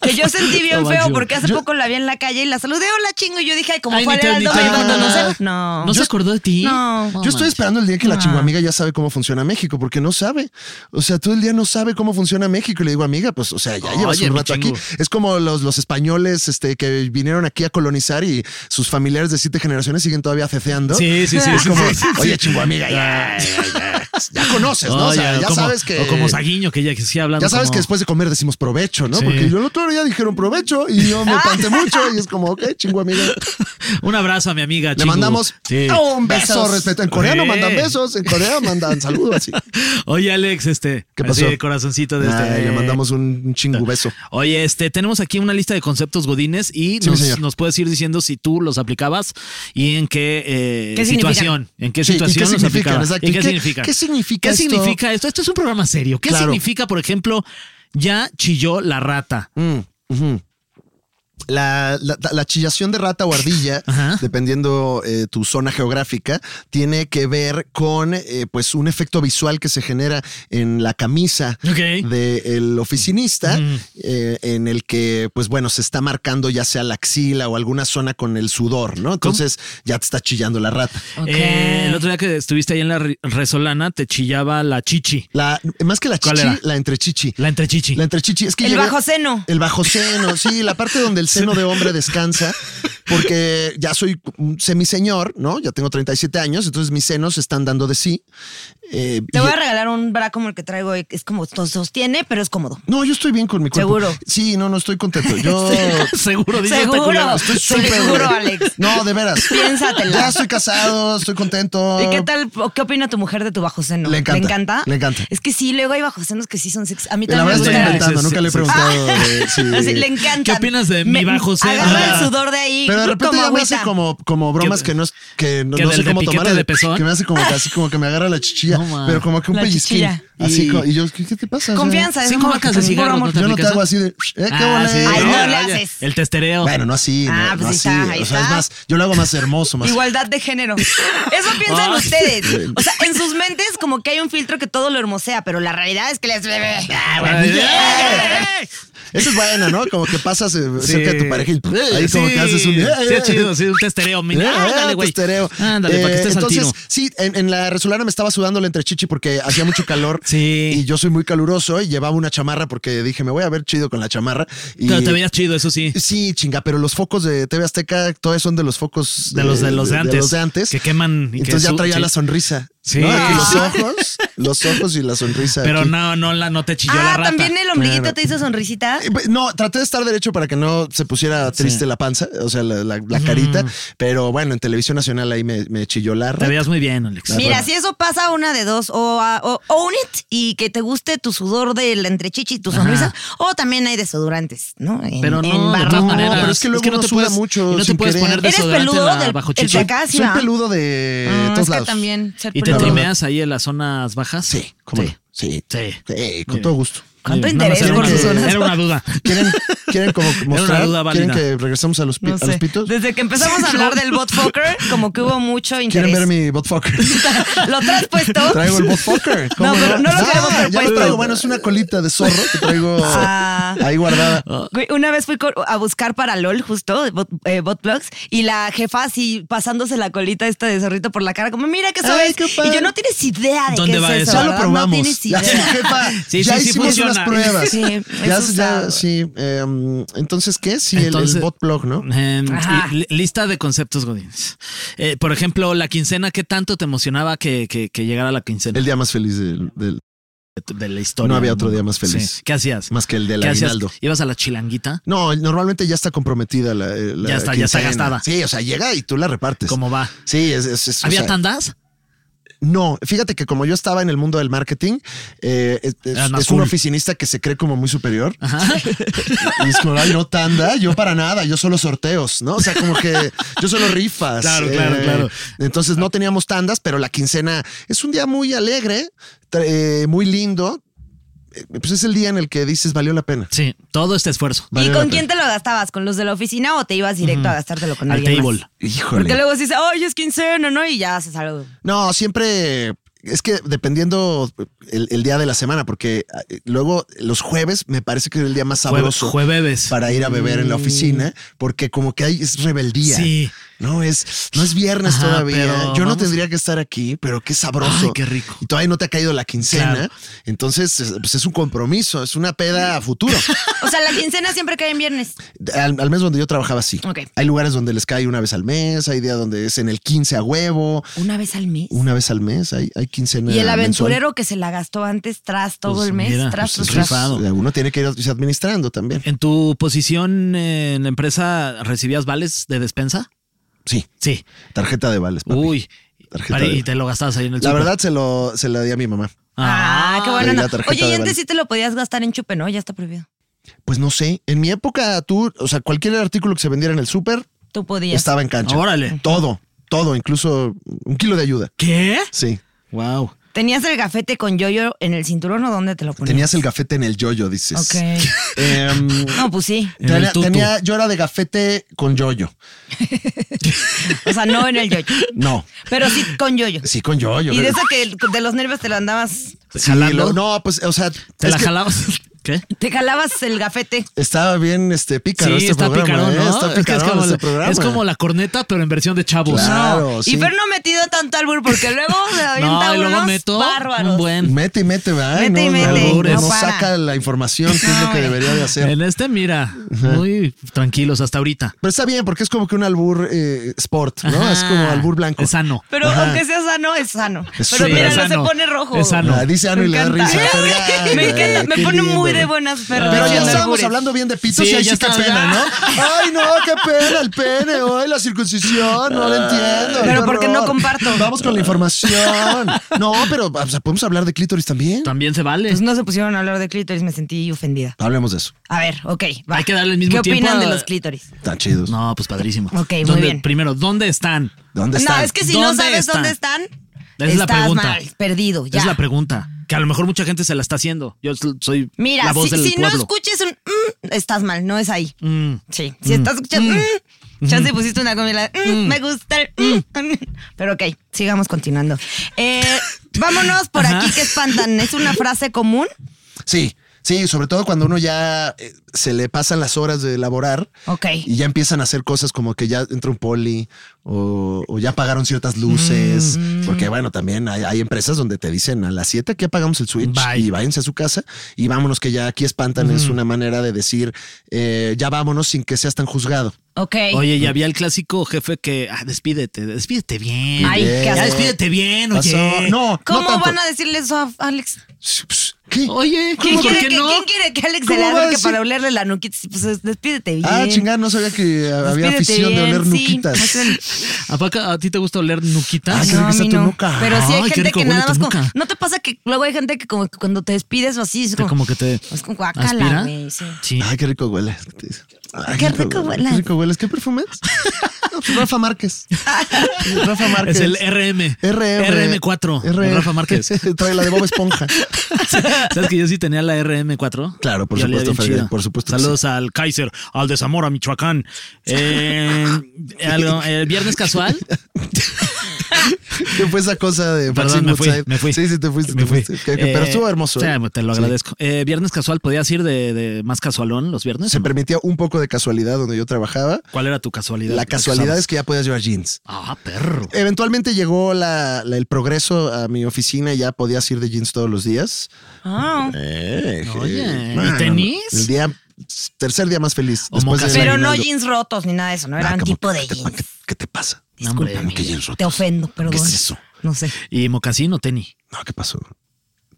Que yo sentí bien
No
feo
manches.
porque hace
Yo-
poco la vi en la calle y la saludé, hola chingo. Y yo dije, ay, como
Ay,
fue
ni
al
te- ni
Heraldo,
te
me
dijo
van a
nada.
conocer. No.
¿No se acordó de ti?
No.
Yo estoy esperando el día
Ah.
que la chinguamiga ya sabe cómo funciona México, porque no sabe. O sea, todo el día no sabe cómo funciona México. Y le digo, amiga, pues, o sea, ya llevas
Oye,
un
mi
rato aquí.
chingo.
Es como los, los españoles este, que vinieron aquí a colonizar y sus familiares de siete generaciones siguen todavía ceceando.
Sí, sí, sí.
Es
sí,
como,
sí, sí, sí.
oye, chinguamiga, ya, ya, ya, ya conoces, ¿no? O sea,
Oye,
ya
o como-
sabes que.
O como Saguiño, que ya que sí hablando.
Ya sabes
como-
que después de comer decimos provecho, ¿no?
Sí.
Porque yo el otro día dijeron provecho y yo me espanté mucho y es como, ok, chinguamiga.
Un abrazo a mi amiga,
Le
chingu.
mandamos
Sí.
un beso,
Besos.
respeto. En Corea no
Sí.
mandan besos, en Corea mandan saludos así.
Oye, Alex, este.
¿Qué pasó?
así, corazoncito de este.
Ay, le mandamos un, un chingu beso.
Oye, este, tenemos aquí una lista de conceptos godines y
Sí,
nos,
señor.
nos puedes ir diciendo si tú los aplicabas y en qué, eh,
¿Qué significan?
situación, en qué
Sí, ¿y qué
situación los
significan?
aplicabas.
Exacto.
¿Y
¿Y
qué,
qué-
significa?
qué significa
¿Qué
esto?
significa esto? Esto es un programa serio. ¿Qué
Claro.
significa, por ejemplo, ya chilló la rata?
Mm, ujú. La, la- la chillación de rata o ardilla,
Ajá.
dependiendo eh, tu zona geográfica, tiene que ver con eh, pues un efecto visual que se genera en la camisa
Ok.
del oficinista,
Mm.
eh, en el que, pues bueno, se está marcando ya sea la axila o alguna zona con el sudor, ¿no? Entonces ya te está chillando la rata.
Ok.
Eh, el otro día que estuviste ahí en la re- Resolana, te chillaba la chichi,
La, más que la
¿Cuál
chichi,
era?
la entrechichi.
la entrechichi.
La entrechichi. Es que
El
llegué-
bajo seno.
El bajo seno, sí, la parte donde el seno de hombre descansa, porque ya soy un semiseñor, ¿no? Ya tengo 37 años, entonces mis senos están dando de sí. Eh,
Te
y-
voy a regalar un bra como el que traigo. hoy, que Es como, to- sostiene, pero es cómodo.
No, yo estoy bien con mi cuerpo.
¿Seguro?
Sí, no, no estoy contento. Yo
Seguro, dice esta
Seguro.
culera.
estoy súper
Seguro,
bien.
Alex.
No, de veras.
Piénsatela.
Ya estoy casado, estoy contento.
¿Y qué tal? o ¿Qué opina tu mujer de tu bajo seno?
Ah. Le encanta,
¿Le encanta?
le encanta.
Es que sí, luego hay bajo senos que sí son sexy. A mí
La
también
verdad
me
estoy
gusta.
inventando,
gusta.
Sí,
nunca le he
sí, sí.
preguntado. eh, si-
Así, Ah, le encanta.
¿Qué opinas de mi bajo seno?
Agarra
Ah.
el sudor de ahí.
Pero de repente
como
ya me hace
agüita.
como, como bromas que no, es- que no,
que
no
del
sé
de
cómo
piquete
tomar.
de pezón.
Que me hace como así como que me agarra la chichilla,
No, ma.
pero como que un
La
pellizquín.
chichilla.
Así
Y-
co- y yo, ¿qué, qué te pasa? O sea,
Confianza. es
Cinco
como-
marcas de
puro
cigarro.
amor.
te
yo no te
aplicas,
hago así de, eh, qué
Ah,
bola".
sí,
Ay, no,
no,
le
vaya.
haces.
El testereo.
Bueno, no así,
Ah,
no,
pues
no
ahí
así.
está, ahí
o sea, es
está.
más, yo lo hago más hermoso, más.
Igualdad de género. Eso piensan
Ay.
ustedes. O sea, en sus mentes como que hay un filtro que todo lo hermosea, pero la realidad es que les...
Ay, ay, ay.
Esa es buena, ¿no? Como que pasas eh,
Sí.
cerca de tu pareja y ahí como
Sí,
que haces un.
sí, es chido, sí, un testereo. mira,
Eh,
ándale,
te
güey.
estereo.
Ándale, para que
Eh,
estés
entonces,
al tiro.
sí, en, en la Resolana me estaba sudando la entrechichi porque hacía mucho calor.
Sí.
Y yo soy muy caluroso y llevaba una chamarra porque dije, me voy a ver chido con la chamarra. Y,
Pero te veías chido, eso sí.
Sí, chinga, pero los focos de TV Azteca, todos son de los focos
De los- de los de antes,
los de antes.
que queman y que
Entonces
su-
ya traía
sí.
la sonrisa.
Sí.
¿no? Aquí
Ah.
los ojos, los ojos y la sonrisa.
Pero
aquí.
no, no, la, no te chilló la
Ah,
rata.
también el ombliguito te hizo sonrisita.
Eh, pues, No, traté de estar derecho para que no se pusiera triste la panza, o sea, la, la- la carita. Pero bueno, en Televisión Nacional ahí me, me chilló la
Mm. Te
rata.
veías muy bien, Alex.
Ah,
Mira, si eso pasa una de dos, o, a- o own it y que te guste tu sudor de la entrechichi y tu sonrisa, o también hay desodorantes, ¿no? En-
Pero no,
en
de
barras.
todas
No,
maneras.
pero es que luego
no
uno
te
suda
puedes,
mucho
y no te
sin
puedes
querer.
poner
¿Eres
desodorante en
peludo
la
del-
bajo
el
chichi.
de acá?
Soy
¿verdad?
peludo de
Ah,
todos
es que
lados.
también ser
Y te
peludo.
trimeas ahí en las zonas bajas.
Sí, cómo
Sí.
no. Sí,
Sí.
sí, con todo gusto.
¿Cuánto
Nada más
interés
era
por
una-
sus zonas?
Era una duda.
¿Quieren, quieren como mostrar?
duda válida.
¿Quieren que regresemos a los, pi-
No
a
sé.
los pitos?
Desde que empezamos a hablar del botfucker, como que hubo mucho interés.
¿Quieren ver mi botfucker?
¿Lo traes puesto?
Traigo el botfucker. ¿Cómo
No, pero no lo queremos ver
ya lo
puesto.
traigo. Bueno, es una colita de zorro que traigo
Ah.
ahí guardada.
Güey, una vez fui co- a buscar para LOL, justo, bot, eh, Botblocks, y la jefa así pasándose la colita esta de zorrito por la cara, como, mira qué
Ay,
sabes.
qué padre.
Y yo no tienes idea de
¿Dónde
qué
va
es
eso?
eso.
Ya lo
¿verdad? No
probamos.
tienes
ya,
idea.
sí, jefa,
Sí,
ya
sí, sí
hicimos
funciona.
unas pruebas.
Sí,
ya,
es
ya,
usado.
sí. eh, entonces, ¿qué? Sí, el-
Entonces-
el, bot blog, ¿no?
Eh,
Ajá.
li- lista de conceptos godines. Eh, por ejemplo, la quincena, ¿qué tanto te emocionaba que, que- que llegara la quincena
El día más feliz del, del-
de, de la historia?
No había
del
otro
mundo?
día más feliz.
Sí. ¿Qué hacías?
más que el del
¿Qué hacías?
aguinaldo.
¿Ibas a la chilanguita?
No, normalmente ya está comprometida la, eh, la
Ya está- ya está
quincena.
gastada.
Sí, o sea, llega y tú la repartes.
¿Cómo va?
Sí, es, es, es- Pues, o
¿Había
sea,
tandas?
No, fíjate que como yo estaba en el mundo del marketing, eh, es, es-
Era más
es un
cool.
oficinista que se cree como muy superior.
Ajá.
Y es como, ay, no tanda, yo para nada, yo solo sorteos, ¿no? O sea, como que yo solo rifas. eh,
Claro, claro, claro.
Entonces no teníamos tandas, pero la quincena es un día muy alegre, tra- eh, muy lindo. Eh, Pues es el día en el que dices valió la pena.
Sí, todo este esfuerzo.
¿Y
Vale
con
la
quién te lo gastabas? ¿Con los de la oficina o te ibas directo a gastártelo con
Al
alguien más?
table.
Híjole.
Porque luego se dice, ay, es quincena, ¿no? Y ya haces algo.
No, siempre es que dependiendo el, el día de la semana, porque eh, luego los jueves me parece que es el día más
Jueves.
sabroso
Jueves.
para ir a beber en la oficina, porque como que hay es rebeldía.
Mm. Sí.
No es, no es viernes
Ajá,
todavía.
pero
Yo no
vamos-
tendría que estar aquí, pero qué sabroso.
Ay, qué rico.
Y todavía no te ha caído la quincena.
Claro.
Entonces, es- pues es un compromiso, es una peda a futuro.
O sea, la quincena siempre cae en viernes.
al, al mes donde yo trabajaba, sí.
Ok.
Hay lugares donde les cae una vez al mes, hay días donde es en el 15 a huevo.
Una vez al mes.
Una vez al mes, hay, hay quincena.
Y el
mensual.
aventurero que se la gastó antes, tras todo
Pues
el mes,
mira,
tras,
pues
tras, tras.
rifado.
Uno tiene que irse administrando también.
¿En tu posición eh, en la empresa recibías vales de despensa?
Sí,
Sí.
tarjeta de vales. papi.
Uy.
Tarjeta
Para-
de-
y te lo gastabas ahí en el
La
súper.
verdad se lo, se la di a mi mamá.
Ah, qué bueno.
Y la
no.
tarjeta
Oye, y
de
antes
vales.
sí te lo podías gastar en chupe, ¿no? Ya está prohibido.
Pues no sé, en mi época tú, o sea, cualquier artículo que se vendiera en el súper
Tú podías.
estaba en cancha.
Órale.
Todo, todo, incluso un kilo de ayuda.
¿Qué?
Sí.
Wow.
¿Tenías el gafete con yoyo en el cinturón o dónde te lo ponías?
Tenías el gafete en el yoyo, dices.
Ok.
Em,
No, pues sí.
En el
tenía-
tutu.
tenía- yo era de gafete con yoyo.
O sea, no en el yoyo.
No,
Pero sí con yoyo.
sí con yoyo.
Y de
pero-
esa que de los nervios te lo andabas.
Sí,
jalando.
lo- no, pues, o sea,
¿Te
es
la
que
jalabas? ¿Qué?
Te jalabas el gafete.
estaba bien este pícaro
sí,
este
está
programa.
picarón,
¿eh?
¿no?
Está
Es que
picarón
es, como
este
la,
programa.
es como la corneta, pero en versión de chavos.
Claro, sí.
Y Fer no ha metido tanto albur porque luego se avienta
No, y luego
unos
meto un
bárbaros.
buen.
Mete y mete, ¿verdad?
Mete y
no,
mete,
no,
no
no
para.
saca la información, que es lo que debería de hacer.
En este, mira, muy tranquilos hasta ahorita.
Pero está bien, porque es como que un albur eh, sport, ¿no?
Ajá.
Es como albur blanco.
Ah, Es sano.
Pero
Ajá.
aunque sea sano, es sano.
Es
Pero
súper
mira, no se
sano.
pone rojo.
Es sano.
Ah, dice Ano
Me
y le da
encanta.
risa. Fer, ay,
Me encanta, me
qué
pone
lindo,
muy de
güey.
buenas, Fer.
Pero ya
haciendo
estábamos
albures.
hablando bien de pitos
Sí,
y ahí
ya
sí qué
está,
pena,
ya.
¿no? Ay, no, qué pena, el pene, hoy la circuncisión, no
Ah.
la entiendo.
Pero
qué
¿por qué
horror.
no comparto?
Vamos con la información. No, pero o sea, podemos hablar de clítoris también.
También se vale.
Pues no se pusieron a hablar de clítoris, me sentí ofendida.
Hablemos de eso.
A ver, ok. va.
Hay que darle el mismo
¿Qué
tiempo
opinan
a-
de los clítoris?
Están chidos.
No, pues padrísimo.
Ok, muy
¿Dónde-
bien.
Primero, ¿dónde están?
¿Dónde
No,
están?
es que si no
¿Dónde
sabes
están?
dónde están,
Es la
estás
pregunta.
mal, perdido, ya.
Es la pregunta. Que a lo mejor mucha gente se la está haciendo. Yo s- soy la
Mira,
voz
si,
del
si no
pueblo.
escuches un mm, estás mal, no es ahí.
Mm.
Sí, si estás escuchando mm, chance pusiste una comida, mm, me gusta el mm. Pero ok, sigamos continuando. Eh, vámonos por
Ajá.
aquí que espantan. Es una frase común.
Sí. Sí, sobre todo cuando uno ya eh, se le pasan las horas de elaborar
Ok.
y ya empiezan a hacer cosas como que ya entra un poli o, o ya apagaron ciertas luces. Porque bueno, también hay, hay empresas donde te dicen a las 7 que apagamos el switch
Bye.
y váyanse a su casa y vámonos que ya aquí espantan. Es una manera de decir eh, ya vámonos sin que seas tan juzgado.
Ok.
Oye, y había el clásico jefe que, ah, despídete, despídete bien.
Ay, qué
ya
asco.
despídete bien, oye.
Pasó- No,
¿Cómo
no tanto.
van a decirle eso a Alex?
¿Qué?
Oye,
¿Quién
¿cómo por
quiere,
qué
que,
no?
quién quiere que Alex se
¿Cómo
le
va a
acerque
decir?
para olerle la nuquita? Pues despídete bien.
Ah, chingar, no sabía que había
Despídete
afición de
bien,
oler
sí.
nuquitas.
¿A, Paca, ¿A ti te gusta oler nuquitas?
Ah, qué
No,
rica
a
está
mí
tu
no.
nuca.
Pero sí hay
Ay, qué
gente
rico
que
huele
nada
tu
más. como-
nuca.
¿No te pasa que luego hay gente que, como que cuando te despides o así, es
Te
como,
como que te
es como guácala,
aspira.
güey? Sí.
Sí.
Ay, qué rico huele. Ay,
Qué rico hueles.
Qué rico hueles. ¿Qué perfume es? No, pues Rafa Márquez. Rafa Márquez.
es el RM.
RM.
RM4. de
RM.
Rafa Márquez.
Trae la de Bob Esponja.
¿Sabes que yo sí tenía la RM4?
Claro, por
Y olía
supuesto,
bien
Freddy,
chido.
por supuesto que
Saludos al Kaiser, al de Zamora, Michoacán. Eh, algo, eh, viernes casual.
¿Qué fue esa cosa de
Perdón,
Maxine
me fui,
Woodside?
me fui.
Sí, sí, te fuiste.
Me
te
fui.
fuiste. Que- que- Pero
Eh,
estuvo hermoso.
sí,
¿eh?
te lo
Sí.
agradezco. Eh, viernes casual, ¿podías ir de, de más casualón los viernes?
Se
o no?
permitía un poco de casualidad donde yo trabajaba.
¿Cuál era tu casualidad?
La
¿Qué
casualidad
usabas?
es que ya podías llevar jeans.
Ah, perro.
Eventualmente llegó la- la- el progreso a mi oficina y ya podías ir de jeans todos los días.
Ah.
Eh,
Oye,
eh,
¿y tenis?
El día, tercer día más feliz.
O
después del
mocasín.
Pero no
aguinaldo.
jeans rotos ni nada de eso, ¿no?
Ah,
Era un
¿cómo
tipo
que
de
te-
jeans.
¿qué, qué te pasa?
No, hombre,
¿Cómo que jeans rotos?
Te ofendo, perdón.
¿Qué es eso?
No sé.
¿Y mocasín o tenis?
No, ¿qué pasó?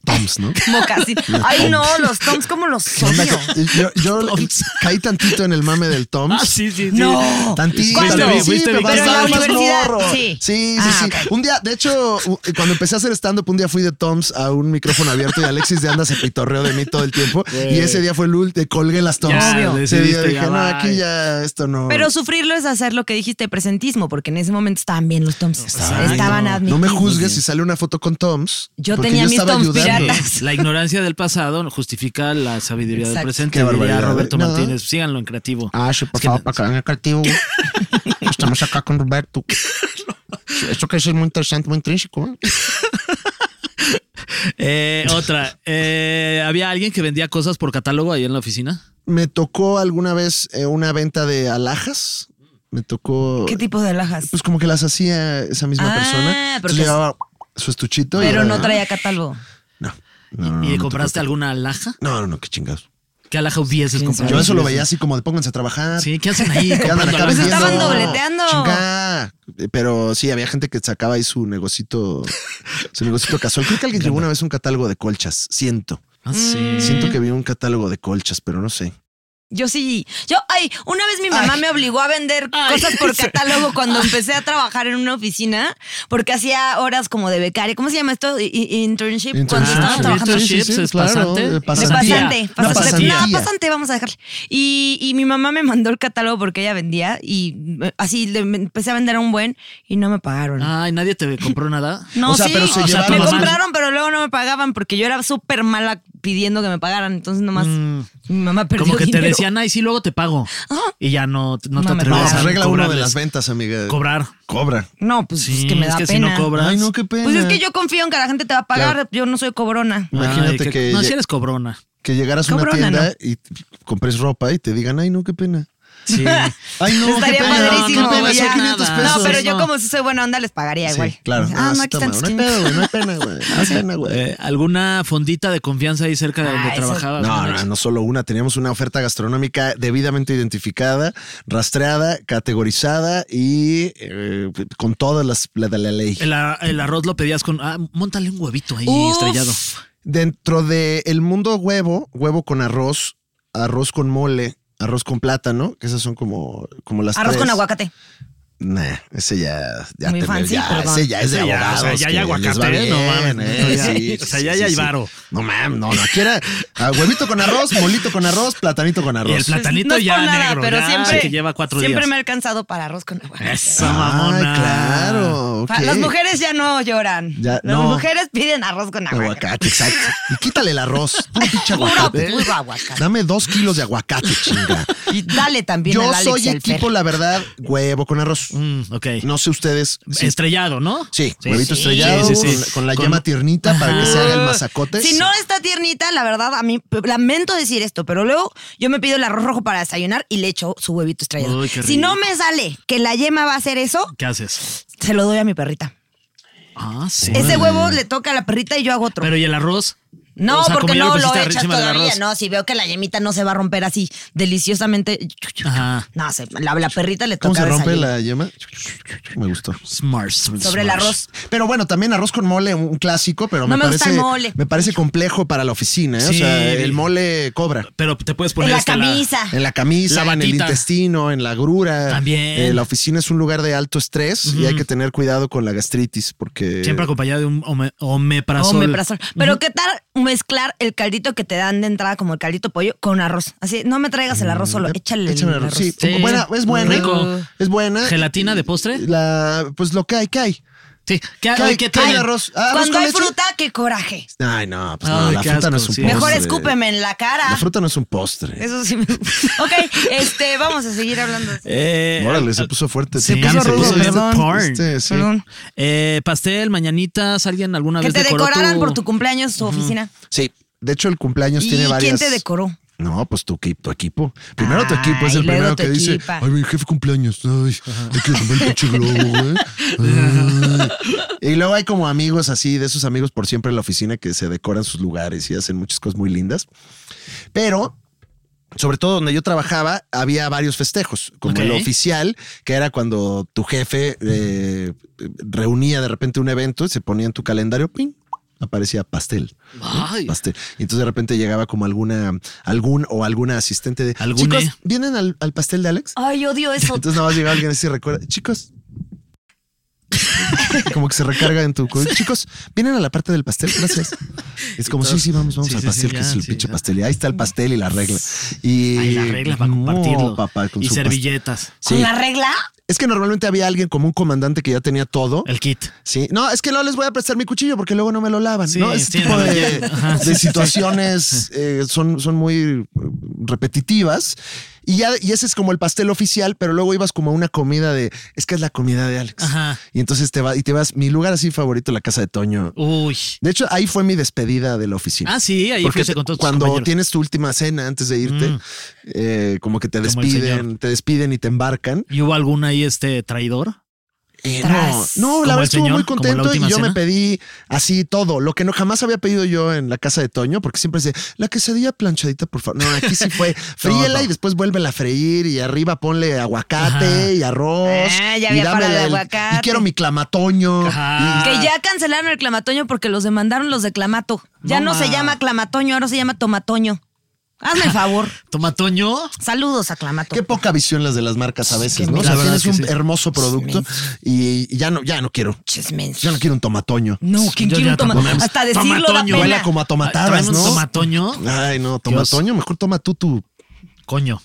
Toms, ¿no?
Mocasín. Ay, no, los toms como los
Onda
odio.
que- yo yo
Toms.
caí tantito en el mame del Toms.
Ah, sí, sí, sí.
No.
Tantito,
¿Cuándo?
al
Fuiste
principio,
vi-
cuando
Pero en la
estaba más
universidad,
morro. Sí,
sí.
sí, sí.
Ah, ok.
Un día, de hecho, u- eh, cuando empecé a hacer stand-up, un día fui de Toms a un micrófono abierto y Alexis de Anda se pitorreó de mí todo el tiempo. Y ese día fue el último, colgué las Toms.
Ya,
Ese día
decidiste,
dije,
ya
no,
va".
aquí ya esto no.
Pero sufrirlo es hacer lo que dijiste, presentismo, porque en ese momento estaban bien los toms.
Estaban-
Estaban
No.
no
admitidos.
me juzgues si sale una foto con Toms.
Yo
porque
tenía mis
estaba
Toms
ayudando.
piratas.
La ignorancia del pasado justifica la sabiduría del
Exacto.
presente.
Qué
diría
barbaridad.
Roberto
No.
Martínez, síganlo en creativo.
Ah, sí, por
Es que-
favor, para que venga creativo. Estamos acá con Roberto. Esto que es muy interesante, muy intrínseco. ¿eh?
Eh, otra. Eh, ¿Había alguien que vendía cosas por catálogo ahí en la oficina?
Me tocó alguna vez eh, una venta de alhajas. Me tocó.
¿Qué tipo de alhajas?
Pues como que las hacía esa misma
Ah,
persona.
porque-
Entonces llevaba su estuchito. y
Pero
era-
no traía catálogo.
No.
¿Y- ¿Y, compraste alguna alhaja?
No, no, no, qué chingados.
¿Qué alhaja hubieses
Ah,
comprado?
Yo eso lo veía así como de pónganse a trabajar.
Sí, ¿qué hacen ahí?
¿Qué andan
comprando
acá
Pues
alhajas?
vendiendo?
estaban dobleteando.
Chingá. Pero sí, había gente que sacaba ahí su negocito, su negocito casual. Creo que alguien llevó una vez un catálogo de colchas. Siento.
Ah, sí.
Siento que vi un catálogo de colchas, pero no sé.
Yo Mm. sí, yo, ay, una vez mi mamá me obligó a vender
Ay. Ah.
cosas por catálogo cuando empecé a trabajar en una oficina, porque hacía horas como de becaria. ¿Cómo se llama esto? I- i- Internship. Cuando
Internship.
estaba
Ah,
trabajando
sí, sí, sí,
es
es pasante.
claro,
De
De
pasantía.
pasante,
No,
pasante.
pasantía.
No, pasante, vamos a dejarle. Y, y mi mamá me mandó el catálogo porque ella vendía y eh, así le me empecé a vender a un buen y no me pagaron.
Ay, nadie te compró nada.
No,
Mm. O sea,
sí,
pero se
o sea,
llevaron-
me
Mamá-
compraron, pero luego no me pagaban porque yo era súper mala pidiendo que me pagaran. Entonces nomás mi mamá perdió
Mm. Como que te
dinero.
decían, ay, sí, luego te pago. Y ya no, no te
No me
atreves
No,
pagas.
a
arregla uno de
cobrarles.
las ventas, amiga.
Cobrar.
Cobra.
No, pues
Sí,
es que me da
es que
pena.
si no cobras.
Ay, no, qué pena.
Pues es que yo confío en que la gente te va a pagar.
Claro.
Yo no soy cobrona.
Imagínate
Ay,
que,
No,
lle-
si eres cobrona.
que llegaras a una
Cobrona,
tienda y compres ropa y te digan, ay, no, qué pena.
Sí.
Ay, no,
Pues Estaría
qué pena. qué
padrísimo. pues
pena,
güey,
ya.
son 500 pesos.
no, pero yo
No.
como si soy buena onda les pagaría
Sí,
igual.
claro.
Ah, no,
sí,
aquí
toma,
están
no
tus
hay
500.
pedo, güey, no hay pena, güey. No hay pena, güey.
Eh, ¿Alguna fondita de confianza ahí cerca de donde
Ah, eso-
trabajabas?
No,
Alex?
no, no solo una. Teníamos una oferta gastronómica debidamente identificada, rastreada, categorizada y eh, con todas las la de la ley.
El, a- el arroz lo pedías con. Ah, montale un huevito ahí
Uf.
estrellado.
Dentro del el mundo huevo, huevo con arroz, arroz con mole, arroz con plátano, que esas son como, como las
Arroz
tres.
con aguacate.
Nah, ese ya, ya
Muy
te-
fancy,
ya,
pero no.
ese ya es de
Ese ya,
abogados.
o sea, ya hay
que les
aguacate,
va
¿eh?
bien,
No mames,
¿eh?
no, ya. O sea, ya- ya hay varo.
No mames, no, no. Aquí era ah, huevito con arroz, molito con arroz, platanito con
Y el
arroz.
platanito
Pues, No es
ya
por nada,
negro.
pero
ya,
siempre,
que lleva cuatro
siempre me
días.
ha alcanzado para arroz con aguacate.
Esa
Ay,
mamona.
Ah, claro. ok.
Pa- Las mujeres ya no lloran.
Ya,
Las
no.
mujeres piden arroz con aguacate.
Aguacate, exacto. Y quítale el arroz. Puro pinche
Puro,
aguacate.
puro aguacate.
Dame dos kilos de aguacate, chinga.
Y dale también
Yo
al Alex
soy
y al
equipo,
Fer.
la verdad, huevo con arroz.
Mm, ok.
No sé ustedes. si-
Estrellado, ¿no?
Sí, huevito
sí.
estrellado
Sí, sí, sí.
con la- con la yema tiernita para que se haga el mazacote.
Ah. Si no está tiernita, la verdad, a mí p- lamento decir esto, pero luego yo me pido el arroz rojo para desayunar y le echo su huevito estrellado.
Uy, qué
si no
rico.
me sale que la yema va a hacer eso,
¿Qué haces?
se lo doy a mi perrita.
Ah, sí.
Ese huevo le toca a la perrita y yo hago otro.
Pero ¿y el arroz?
no,
O sea,
porque
como ya
no lo
pusiste
echas
encima del
todavía.
arroz.
No, si veo que la yemita no se va a romper así deliciosamente.
Ajá.
No, se- la, la perrita le toca
¿Cómo se rompe
desayuno.
la yema? Me gustó.
Smart.
sobre el arroz.
Pero bueno, también arroz con mole, un clásico, pero
No
me,
me gusta
parece
el mole.
me parece complejo para la oficina, ¿eh? o
Sí.
sea, el mole cobra.
Pero te puedes poner este,
En la
hasta
camisa.
En la camisa,
La
en el
batita.
intestino, en la grura.
También.
Eh, la oficina es un lugar de alto estrés y hay que tener cuidado con la gastritis porque
Siempre acompañado de un home- omeprazol.
Omeprazol. Pero qué tal mezclar el caldito que te dan de entrada como el caldito pollo con arroz. Así, no me traigas el arroz solo, échale
Mm, Échame
el
arroz.
arroz.
Sí,
Sí.
buena, es buena.
Rico.
Es buena.
¿Gelatina de postre?
La, pues lo que hay, que hay.
Sí. ¿Qué,
¿Qué
ay,
hay?
¿qué
¿Qué hay
tiene?
arroz? Ah, arroz
Ah, Cuando
con
hay
leche.
fruta, qué coraje.
Ay, no, pues no,
Ay,
la
qué
fruta no es
asco,
un
sí.
postre.
Mejor escúpeme en la cara.
La fruta no es un postre.
Eso sí me Ok, este, vamos a seguir hablando. de-
Eh,
Órale, se puso fuerte.
se
Sí,
puso
se
rudo,
puso este-
perdón. Porn.
este, sí.
Perdón.
eh, pastel, mañanitas, alguien alguna
Que
vez
te
decoró
decoraran por tu cumpleaños tu oficina.
Sí. De hecho, el cumpleaños
¿Y
tiene
quién
varias.
te decoró?
No, pues tu, equi- tu equipo. Primero tu
Ay,
equipo es el
luego
primero
tu
que dice:
equipa.
Ay, mi jefe cumpleaños. Ay, hay que comer pinche globo, güey. Ay. Y luego hay como amigos así, de esos amigos por siempre en la oficina que se decoran sus lugares y hacen muchas cosas muy lindas. Pero sobre todo donde yo trabajaba, había varios festejos, como
Ok.
el oficial, que era cuando tu jefe eh, reunía de repente un evento y se ponía en tu calendario, ¡ping! aparecía pastel.
Ay.
pastel. Y entonces de repente llegaba como alguna, algún o alguna asistente de
Algún,
chicos,
eh.
¿vienen al, al pastel de Alex?
Ay, odio
Oh.
eso.
Entonces nada más llegaba alguien así y recuerda, chicos. Y Como que se recarga en tu cu- chicos, vienen a la parte del pastel, gracias. Es como, sí, sí, vamos, vamos
Sí,
al
sí,
pastel,
sí,
que
ya,
es el
sí,
pinche
ya.
pastel. Y ahí está el pastel y la regla. Y
Ay, la regla para
No,
compartirlo.
papá, con
y
su pastel.
servilletas.
Sí.
¿Con la regla?
Es que normalmente había alguien como un comandante que ya tenía todo.
El kit.
Sí, no, es que no les voy a prestar mi cuchillo porque luego no me lo lavan.
Sí,
¿no? Ese
sí,
tipo
no,
de,
ya. Ajá.
de situaciones eh, son, son muy eh, repetitivas. Y, ya, y ese es como el pastel oficial, pero luego ibas como a una comida de. Es que es la comida de Alex.
Ajá.
Y entonces te vas, y te vas. Mi lugar así favorito, la casa de Toño.
Uy.
De hecho, ahí fue mi despedida de la oficina.
Ah, sí, ahí
Porque
fuiste con todos tus
cuando
compañeros.
tienes tu última cena antes de irte,
Mm.
eh, como que te
Como el
despiden,
señor.
te despiden y te embarcan.
¿Y hubo algún ahí este traidor?
Eh, no,
Tras.
no, la
Como
verdad
el
estuvo
señor,
muy
como la
contento y
última
yo me
cena.
pedí así todo, lo que no jamás había pedido yo en la casa de Toño, porque siempre decía, la quesadilla planchadita, por favor. No, aquí sí fue fríela y después vuélvela a freír y arriba ponle aguacate
Ajá.
y arroz.
Ah, ya
y
había para
dámela
el
el-
aguacate.
Y quiero mi clamatoño.
Ajá.
Que ya cancelaron el clamatoño porque los demandaron los de clamato. Ya no,
Mamá.
se llama clamatoño, ahora se llama tomatoño. Hazme el favor.
¿Tomatoño?
Saludos a clamato.
Qué poca visión las de las marcas a veces, ¿no? O
menso.
sea,
La verdad
tienes un
es que sí.
hermoso producto y ya no, ya no quiero.
Chismensos.
Yo no quiero un tomatoño.
No, ¿quién
Yo
quiere
ya
un tomatoño?
tampoco.
Hasta decirlo da
Tomatoño.
pena.
Huele como a tomatadas,
Traemos
¿no?
tomatoño.
Ay, no, tomatoño, mejor toma tú tu
Coño.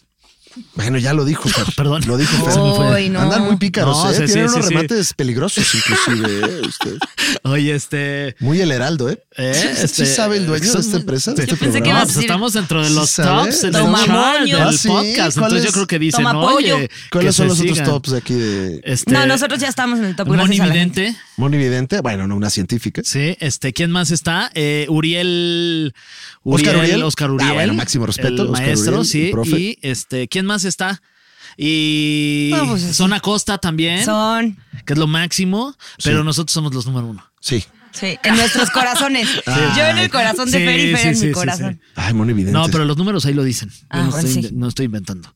Bueno, ya lo dijo. Fer.
Perdón.
Lo dijo. Fer.
Se me fue.
Ay, no.
Andan muy pícaros,
No,
¿eh?
sí, sí,
Tienen
sí,
unos
sí.
remates peligrosos, inclusive. ¿eh? Usted.
Oye, este.
Muy el heraldo, ¿eh?
Eh,
¿Sí,
este,
sabe el dueño de
son-
esta empresa? de
Yo
este
pensé que
programa?
ibas a
No, pues
decir-
estamos dentro de
Sí
los
sabe.
tops en el
Toma
chart
moño.
del
Ah, ¿sí?
podcast.
¿Cuál
Entonces
es-
yo creo que dicen,
Toma pollo.
oye, que
pues, ¿Cuáles son
se
los otros
sigan.
tops aquí de
Este,
No, nosotros ya estamos en el top. gracias a la gente.
Monividente.
Moni Vidente? Bueno, no, una científica.
Sí, este, ¿quién más está? Eh, Uriel,
Oscar Uriel.
Oscar
Ah,
Uriel.
bueno, máximo respeto,
El
Oscar
maestro,
Uriel,
sí.
el profe.
Y este, ¿quién más está? Y
No, pues, es-
Zona Costa también,
Son.
que es lo máximo, pero nosotros somos los número uno.
Sí.
Sí, en nuestros corazones. Yo en el corazón de
Sí,
Fer y Fer
sí,
en
sí,
mi
sí,
corazón.
sí.
Ay, Moni Vidente.
No, pero los números ahí lo dicen. Yo
Ah,
no,
bueno,
estoy,
sí.
no estoy inventando.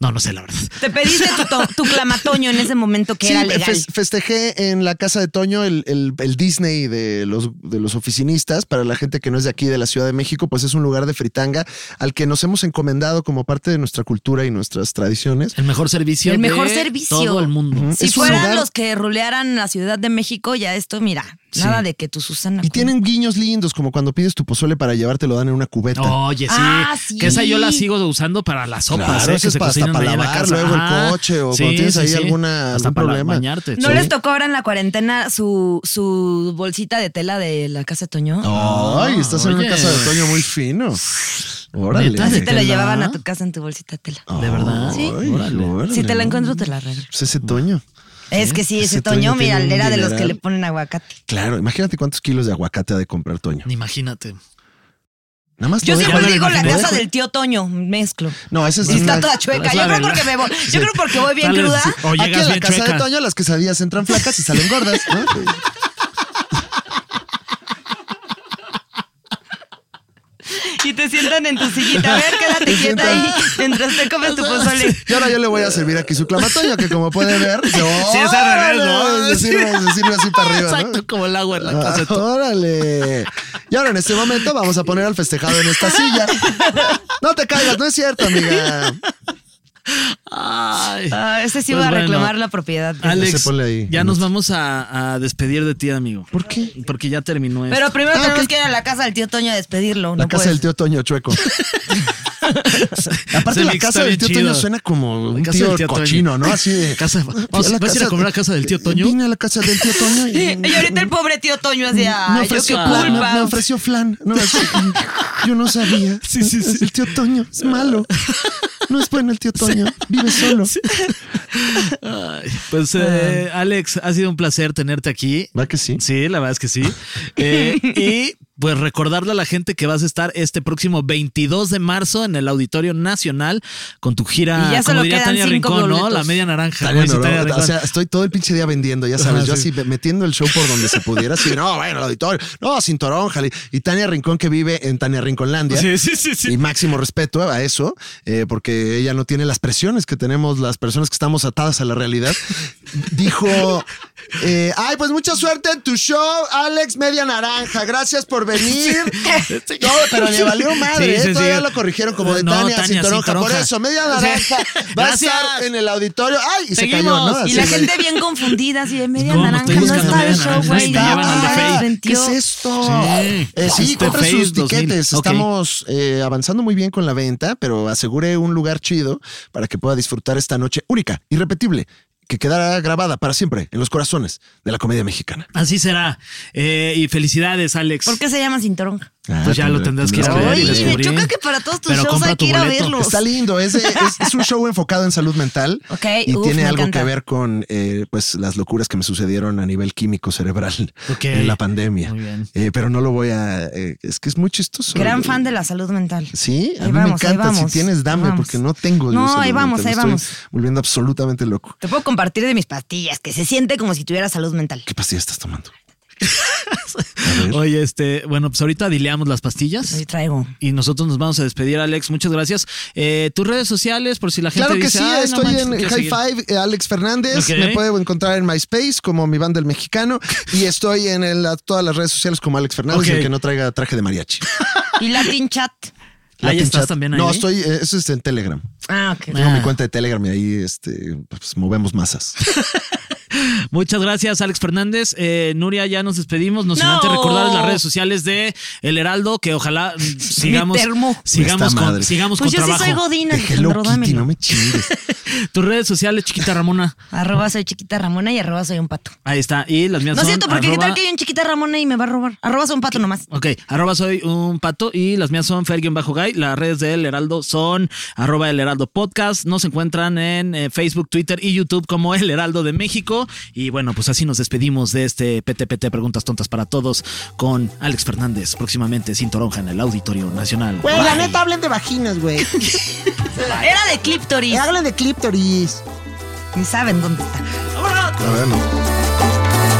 No, no sé, la verdad.
Te pediste tu, to- tu clamatoño en ese momento que
Sí,
era legal.
fes- festejé en la casa de Toño el, el- el Disney de los, de los oficinistas. Para la gente que no es de aquí, de la Ciudad de México, pues es un lugar de fritanga al que nos hemos encomendado como parte de nuestra cultura y nuestras tradiciones.
El mejor servicio.
El
de
mejor servicio.
Todo el mundo.
Ujú.
Si
es un
fueran
lugar-
los que rulearan la Ciudad de México, ya esto, mira, Nada de que tu Susana.
Y tienen guiños lindos, como cuando pides tu pozole para llevarte, lo dan en una cubeta.
Oye, sí.
Ah, sí.
Que esa yo la sigo usando para las sopas.
Claro,
¿eh?
eso
que
es
se
para- hasta
cocinan
para
ahí en la
lavar
casa.
luego el
Ajá.
coche o cuando tienes ahí alguna-
Hasta
algún
para
problema.
bañarte.
¿No
sí.
les tocó ahora en la cuarentena su, su bolsita de tela de la casa de Toño?
Ay, estás en una
Oh, Oye.
casa de Toño muy fino. Órale.
Neta,
Sí te la
¿Tela?
llevaban a tu casa en tu bolsita de tela.
¿De verdad?
Ay,
Órale.
órale.
Si te la encuentro, te la regreso.
Pues ese Toño.
Es que sí, ese,
Ese Toño
Toño,
tiene
mira,
un
era de los
dineral.
que le ponen aguacate.
Claro, imagínate cuántos kilos de aguacate ha de comprar Toño.
Imagínate.
Nada más
Yo
no-
ya
siempre
me
digo la
imaginé.
casa del tío Toño, mezclo.
No, ese es
Y está
una-
toda chueca.
es
Yo
la
creo
verdad.
porque me voy. Yo creo porque voy bien
Sales-
cruda.
O
Aquí en
llegas
la
bien
casa
chueca.
de Toño las quesadillas entran flacas y salen gordas, ¿no?
Y te sientan en tu sillita. A ver, quédate quieta ahí mientras te comes tu pozole.
Y ahora yo le voy a servir aquí su clamatoño, que como puede ver, se-
Sí, es al revés, ¿no?
órale, Se sirve, se sirve así para arriba. ¿no?
Exacto, como el agua en la casa. de
Ah,
Toño.
órale. Y ahora en este momento vamos a poner al festejado en esta silla. No te caigas, no es cierto, amiga.
Ay.
Ah, ese sí
Pues
va a
bueno.
reclamar la propiedad.
Alex,
se ponle ahí.
ya nos vamos a, a despedir de ti, amigo.
¿Por qué?
Porque ya terminó esto.
Pero primero
Ah,
tenemos
ok.
que ir a la casa del tío Toño a despedirlo.
La
no
casa
puedes.
del tío Toño Chueco. Aparte,
Se
la
me
casa
está
del
bien
tío
chido.
Toño suena como un
Casa
tío,
del tío Toño.
cochino, ¿no? Así de.
Casa-
Fui
¿Vas-
la
vas a ir a comer a casa del tío Toño?
Vine a la casa del tío Toño y.
Y ahorita el pobre tío Toño hacía.
me
"Ay, yo qué
ofreció plan, me,
culpa".
me ofreció flan. No, es- yo no sabía.
Sí, sí, sí.
El tío Toño es malo. No es bueno el tío Toño. Vive solo.
Ay, pues, eh, Alex, ha sido un placer tenerte aquí.
¿Va que sí?
Sí, la verdad es que sí. Eh, y pues recordarle a la gente que vas a estar este próximo 22 de marzo en el Auditorio Nacional con tu gira.
Y ya
como
solo
diría
quedan
Tania
cinco
Rincón, ¿no?
boletos.
La media naranja.
Tania
güey, sí,
Noroña,
Tania Rincón.
o sea, estoy todo el pinche día vendiendo, ya sabes, yo así metiendo el show por donde se pudiera, así, no, bueno, el auditorio, no, Cinturón, jale. Y Tania Rincón que vive en Tania Rinconlandia.
sí, sí, sí, sí.
Y máximo respeto a eso, eh, porque ella no tiene las presiones que tenemos las personas que estamos atadas a la realidad. Dijo, eh, ay, pues mucha suerte en tu show, Alex Media Naranja, gracias por venir. No, pero le valió madre,
Sí, sí,
¿eh? todavía
sí.
lo corrigieron como de
No,
Tania,
Tania
Cinturón, por
Cintoronja.
eso, Media Naranja va a
Gracias.
estar en el auditorio. Ay, y se cayó,
Seguimos.
¿no?
Y
Así
la
de-
gente bien confundida, así de media
¿Cómo?
naranja.
Estoy
No
buscando
está el
media
show,
naranja,
güey.
me
ya
llevan al de
se
Fey.
¿Qué
desventió.
es esto?
Sí.
Eh, sí,
Este
compren
Face
sus
2000.
tiquetes.
Ok.
Estamos eh, avanzando muy bien con la venta, pero asegure un lugar chido para que pueda disfrutar esta noche única, irrepetible, que quedará grabada para siempre en los corazones de la comedia mexicana.
Así será. Eh, y felicidades, Alex.
¿Por qué se llama cinturón?
Ah,
Pues ya lo tendrás que ir a ver y
Oye, me
descubrir.
choca que para todos tus
Pero
shows
compra
hay
tu
que ir a
boleto.
verlos.
Está lindo, es, de- es- es un show enfocado en salud mental
Ok,
y
uf,
tiene
me
algo que
encanta.
ver con eh, pues las locuras que me sucedieron a nivel químico cerebral
Ok.
en la pandemia.
Muy bien.
Eh, pero no lo voy a. eh, es que es muy chistoso. Eh,
Gran fan de la salud mental.
Sí, a
Ahí
mí me
vamos, ahí
encanta. Si
vamos,
tienes,
ahí
dame,
vamos.
porque no tengo. yo
No, ahí
salud
vamos,
mental,
ahí
me
vamos.
Estoy volviendo absolutamente loco.
Te puedo compartir de mis pastillas, que se siente como si tuviera salud mental.
¿Qué pastilla estás tomando?
Oye, este, bueno, pues ahorita dileamos las pastillas.
Ahí traigo.
Y nosotros nos vamos a despedir, Alex. Muchas gracias. Eh, Tus redes sociales, por si la gente
Claro que
dice,
sí,
"Ay, no
estoy
manches,
en
te quiero
High
seguir".
Five, eh, Alex Fernández.
Ok.
Me puedo encontrar en MySpace como mi banda el mexicano y estoy en el- la- todas las redes sociales como Alex Fernández,
Ok.
el que no traiga traje de mariachi.
Y Latin Chat.
Ahí
Latin
estás
Chat.
también ahí.
No, estoy, eh, eso es en Telegram.
Ah, ok.
Tengo
Ah.
mi cuenta de Telegram y ahí este, pues, movemos masas.
Muchas gracias, Alex Fernández. Eh, Nuria, ya nos despedimos. Nos
No.
antes recordar las redes sociales de El Heraldo, que ojalá mm, sigamos,
termo.
sigamos
Esta
con,
madre.
sigamos
Pues
con
yo
trabajo.
sí soy Godina,
De Hello
Alejandro,
Kitty, no
dámelo.
me chingues.
Tus redes sociales, chiquita Ramona.
Arroba soy chiquita Ramona y arroba soy un pato.
Ahí está. Y las mías
No es
son.
cierto, porque qué
arroba-
tal que hay un chiquita Ramona y me va a robar. Arroba soy un pato nomás.
Ok, arroba soy un pato y las mías son bajo guy Las redes de El Heraldo son arroba El Heraldo Podcast. Nos encuentran en eh, Facebook, Twitter y YouTube como El Heraldo de México. Y bueno, pues así nos despedimos de este PTPT Preguntas Tontas para Todos con Alex Fernández, próximamente sin toronja en el Auditorio Nacional.
Güey, Pues, la
Bye.
neta, hablen de vaginas, güey.
Era de Cliptoris.
Hablen de clítoris.
Ni saben dónde está.
A ver, no.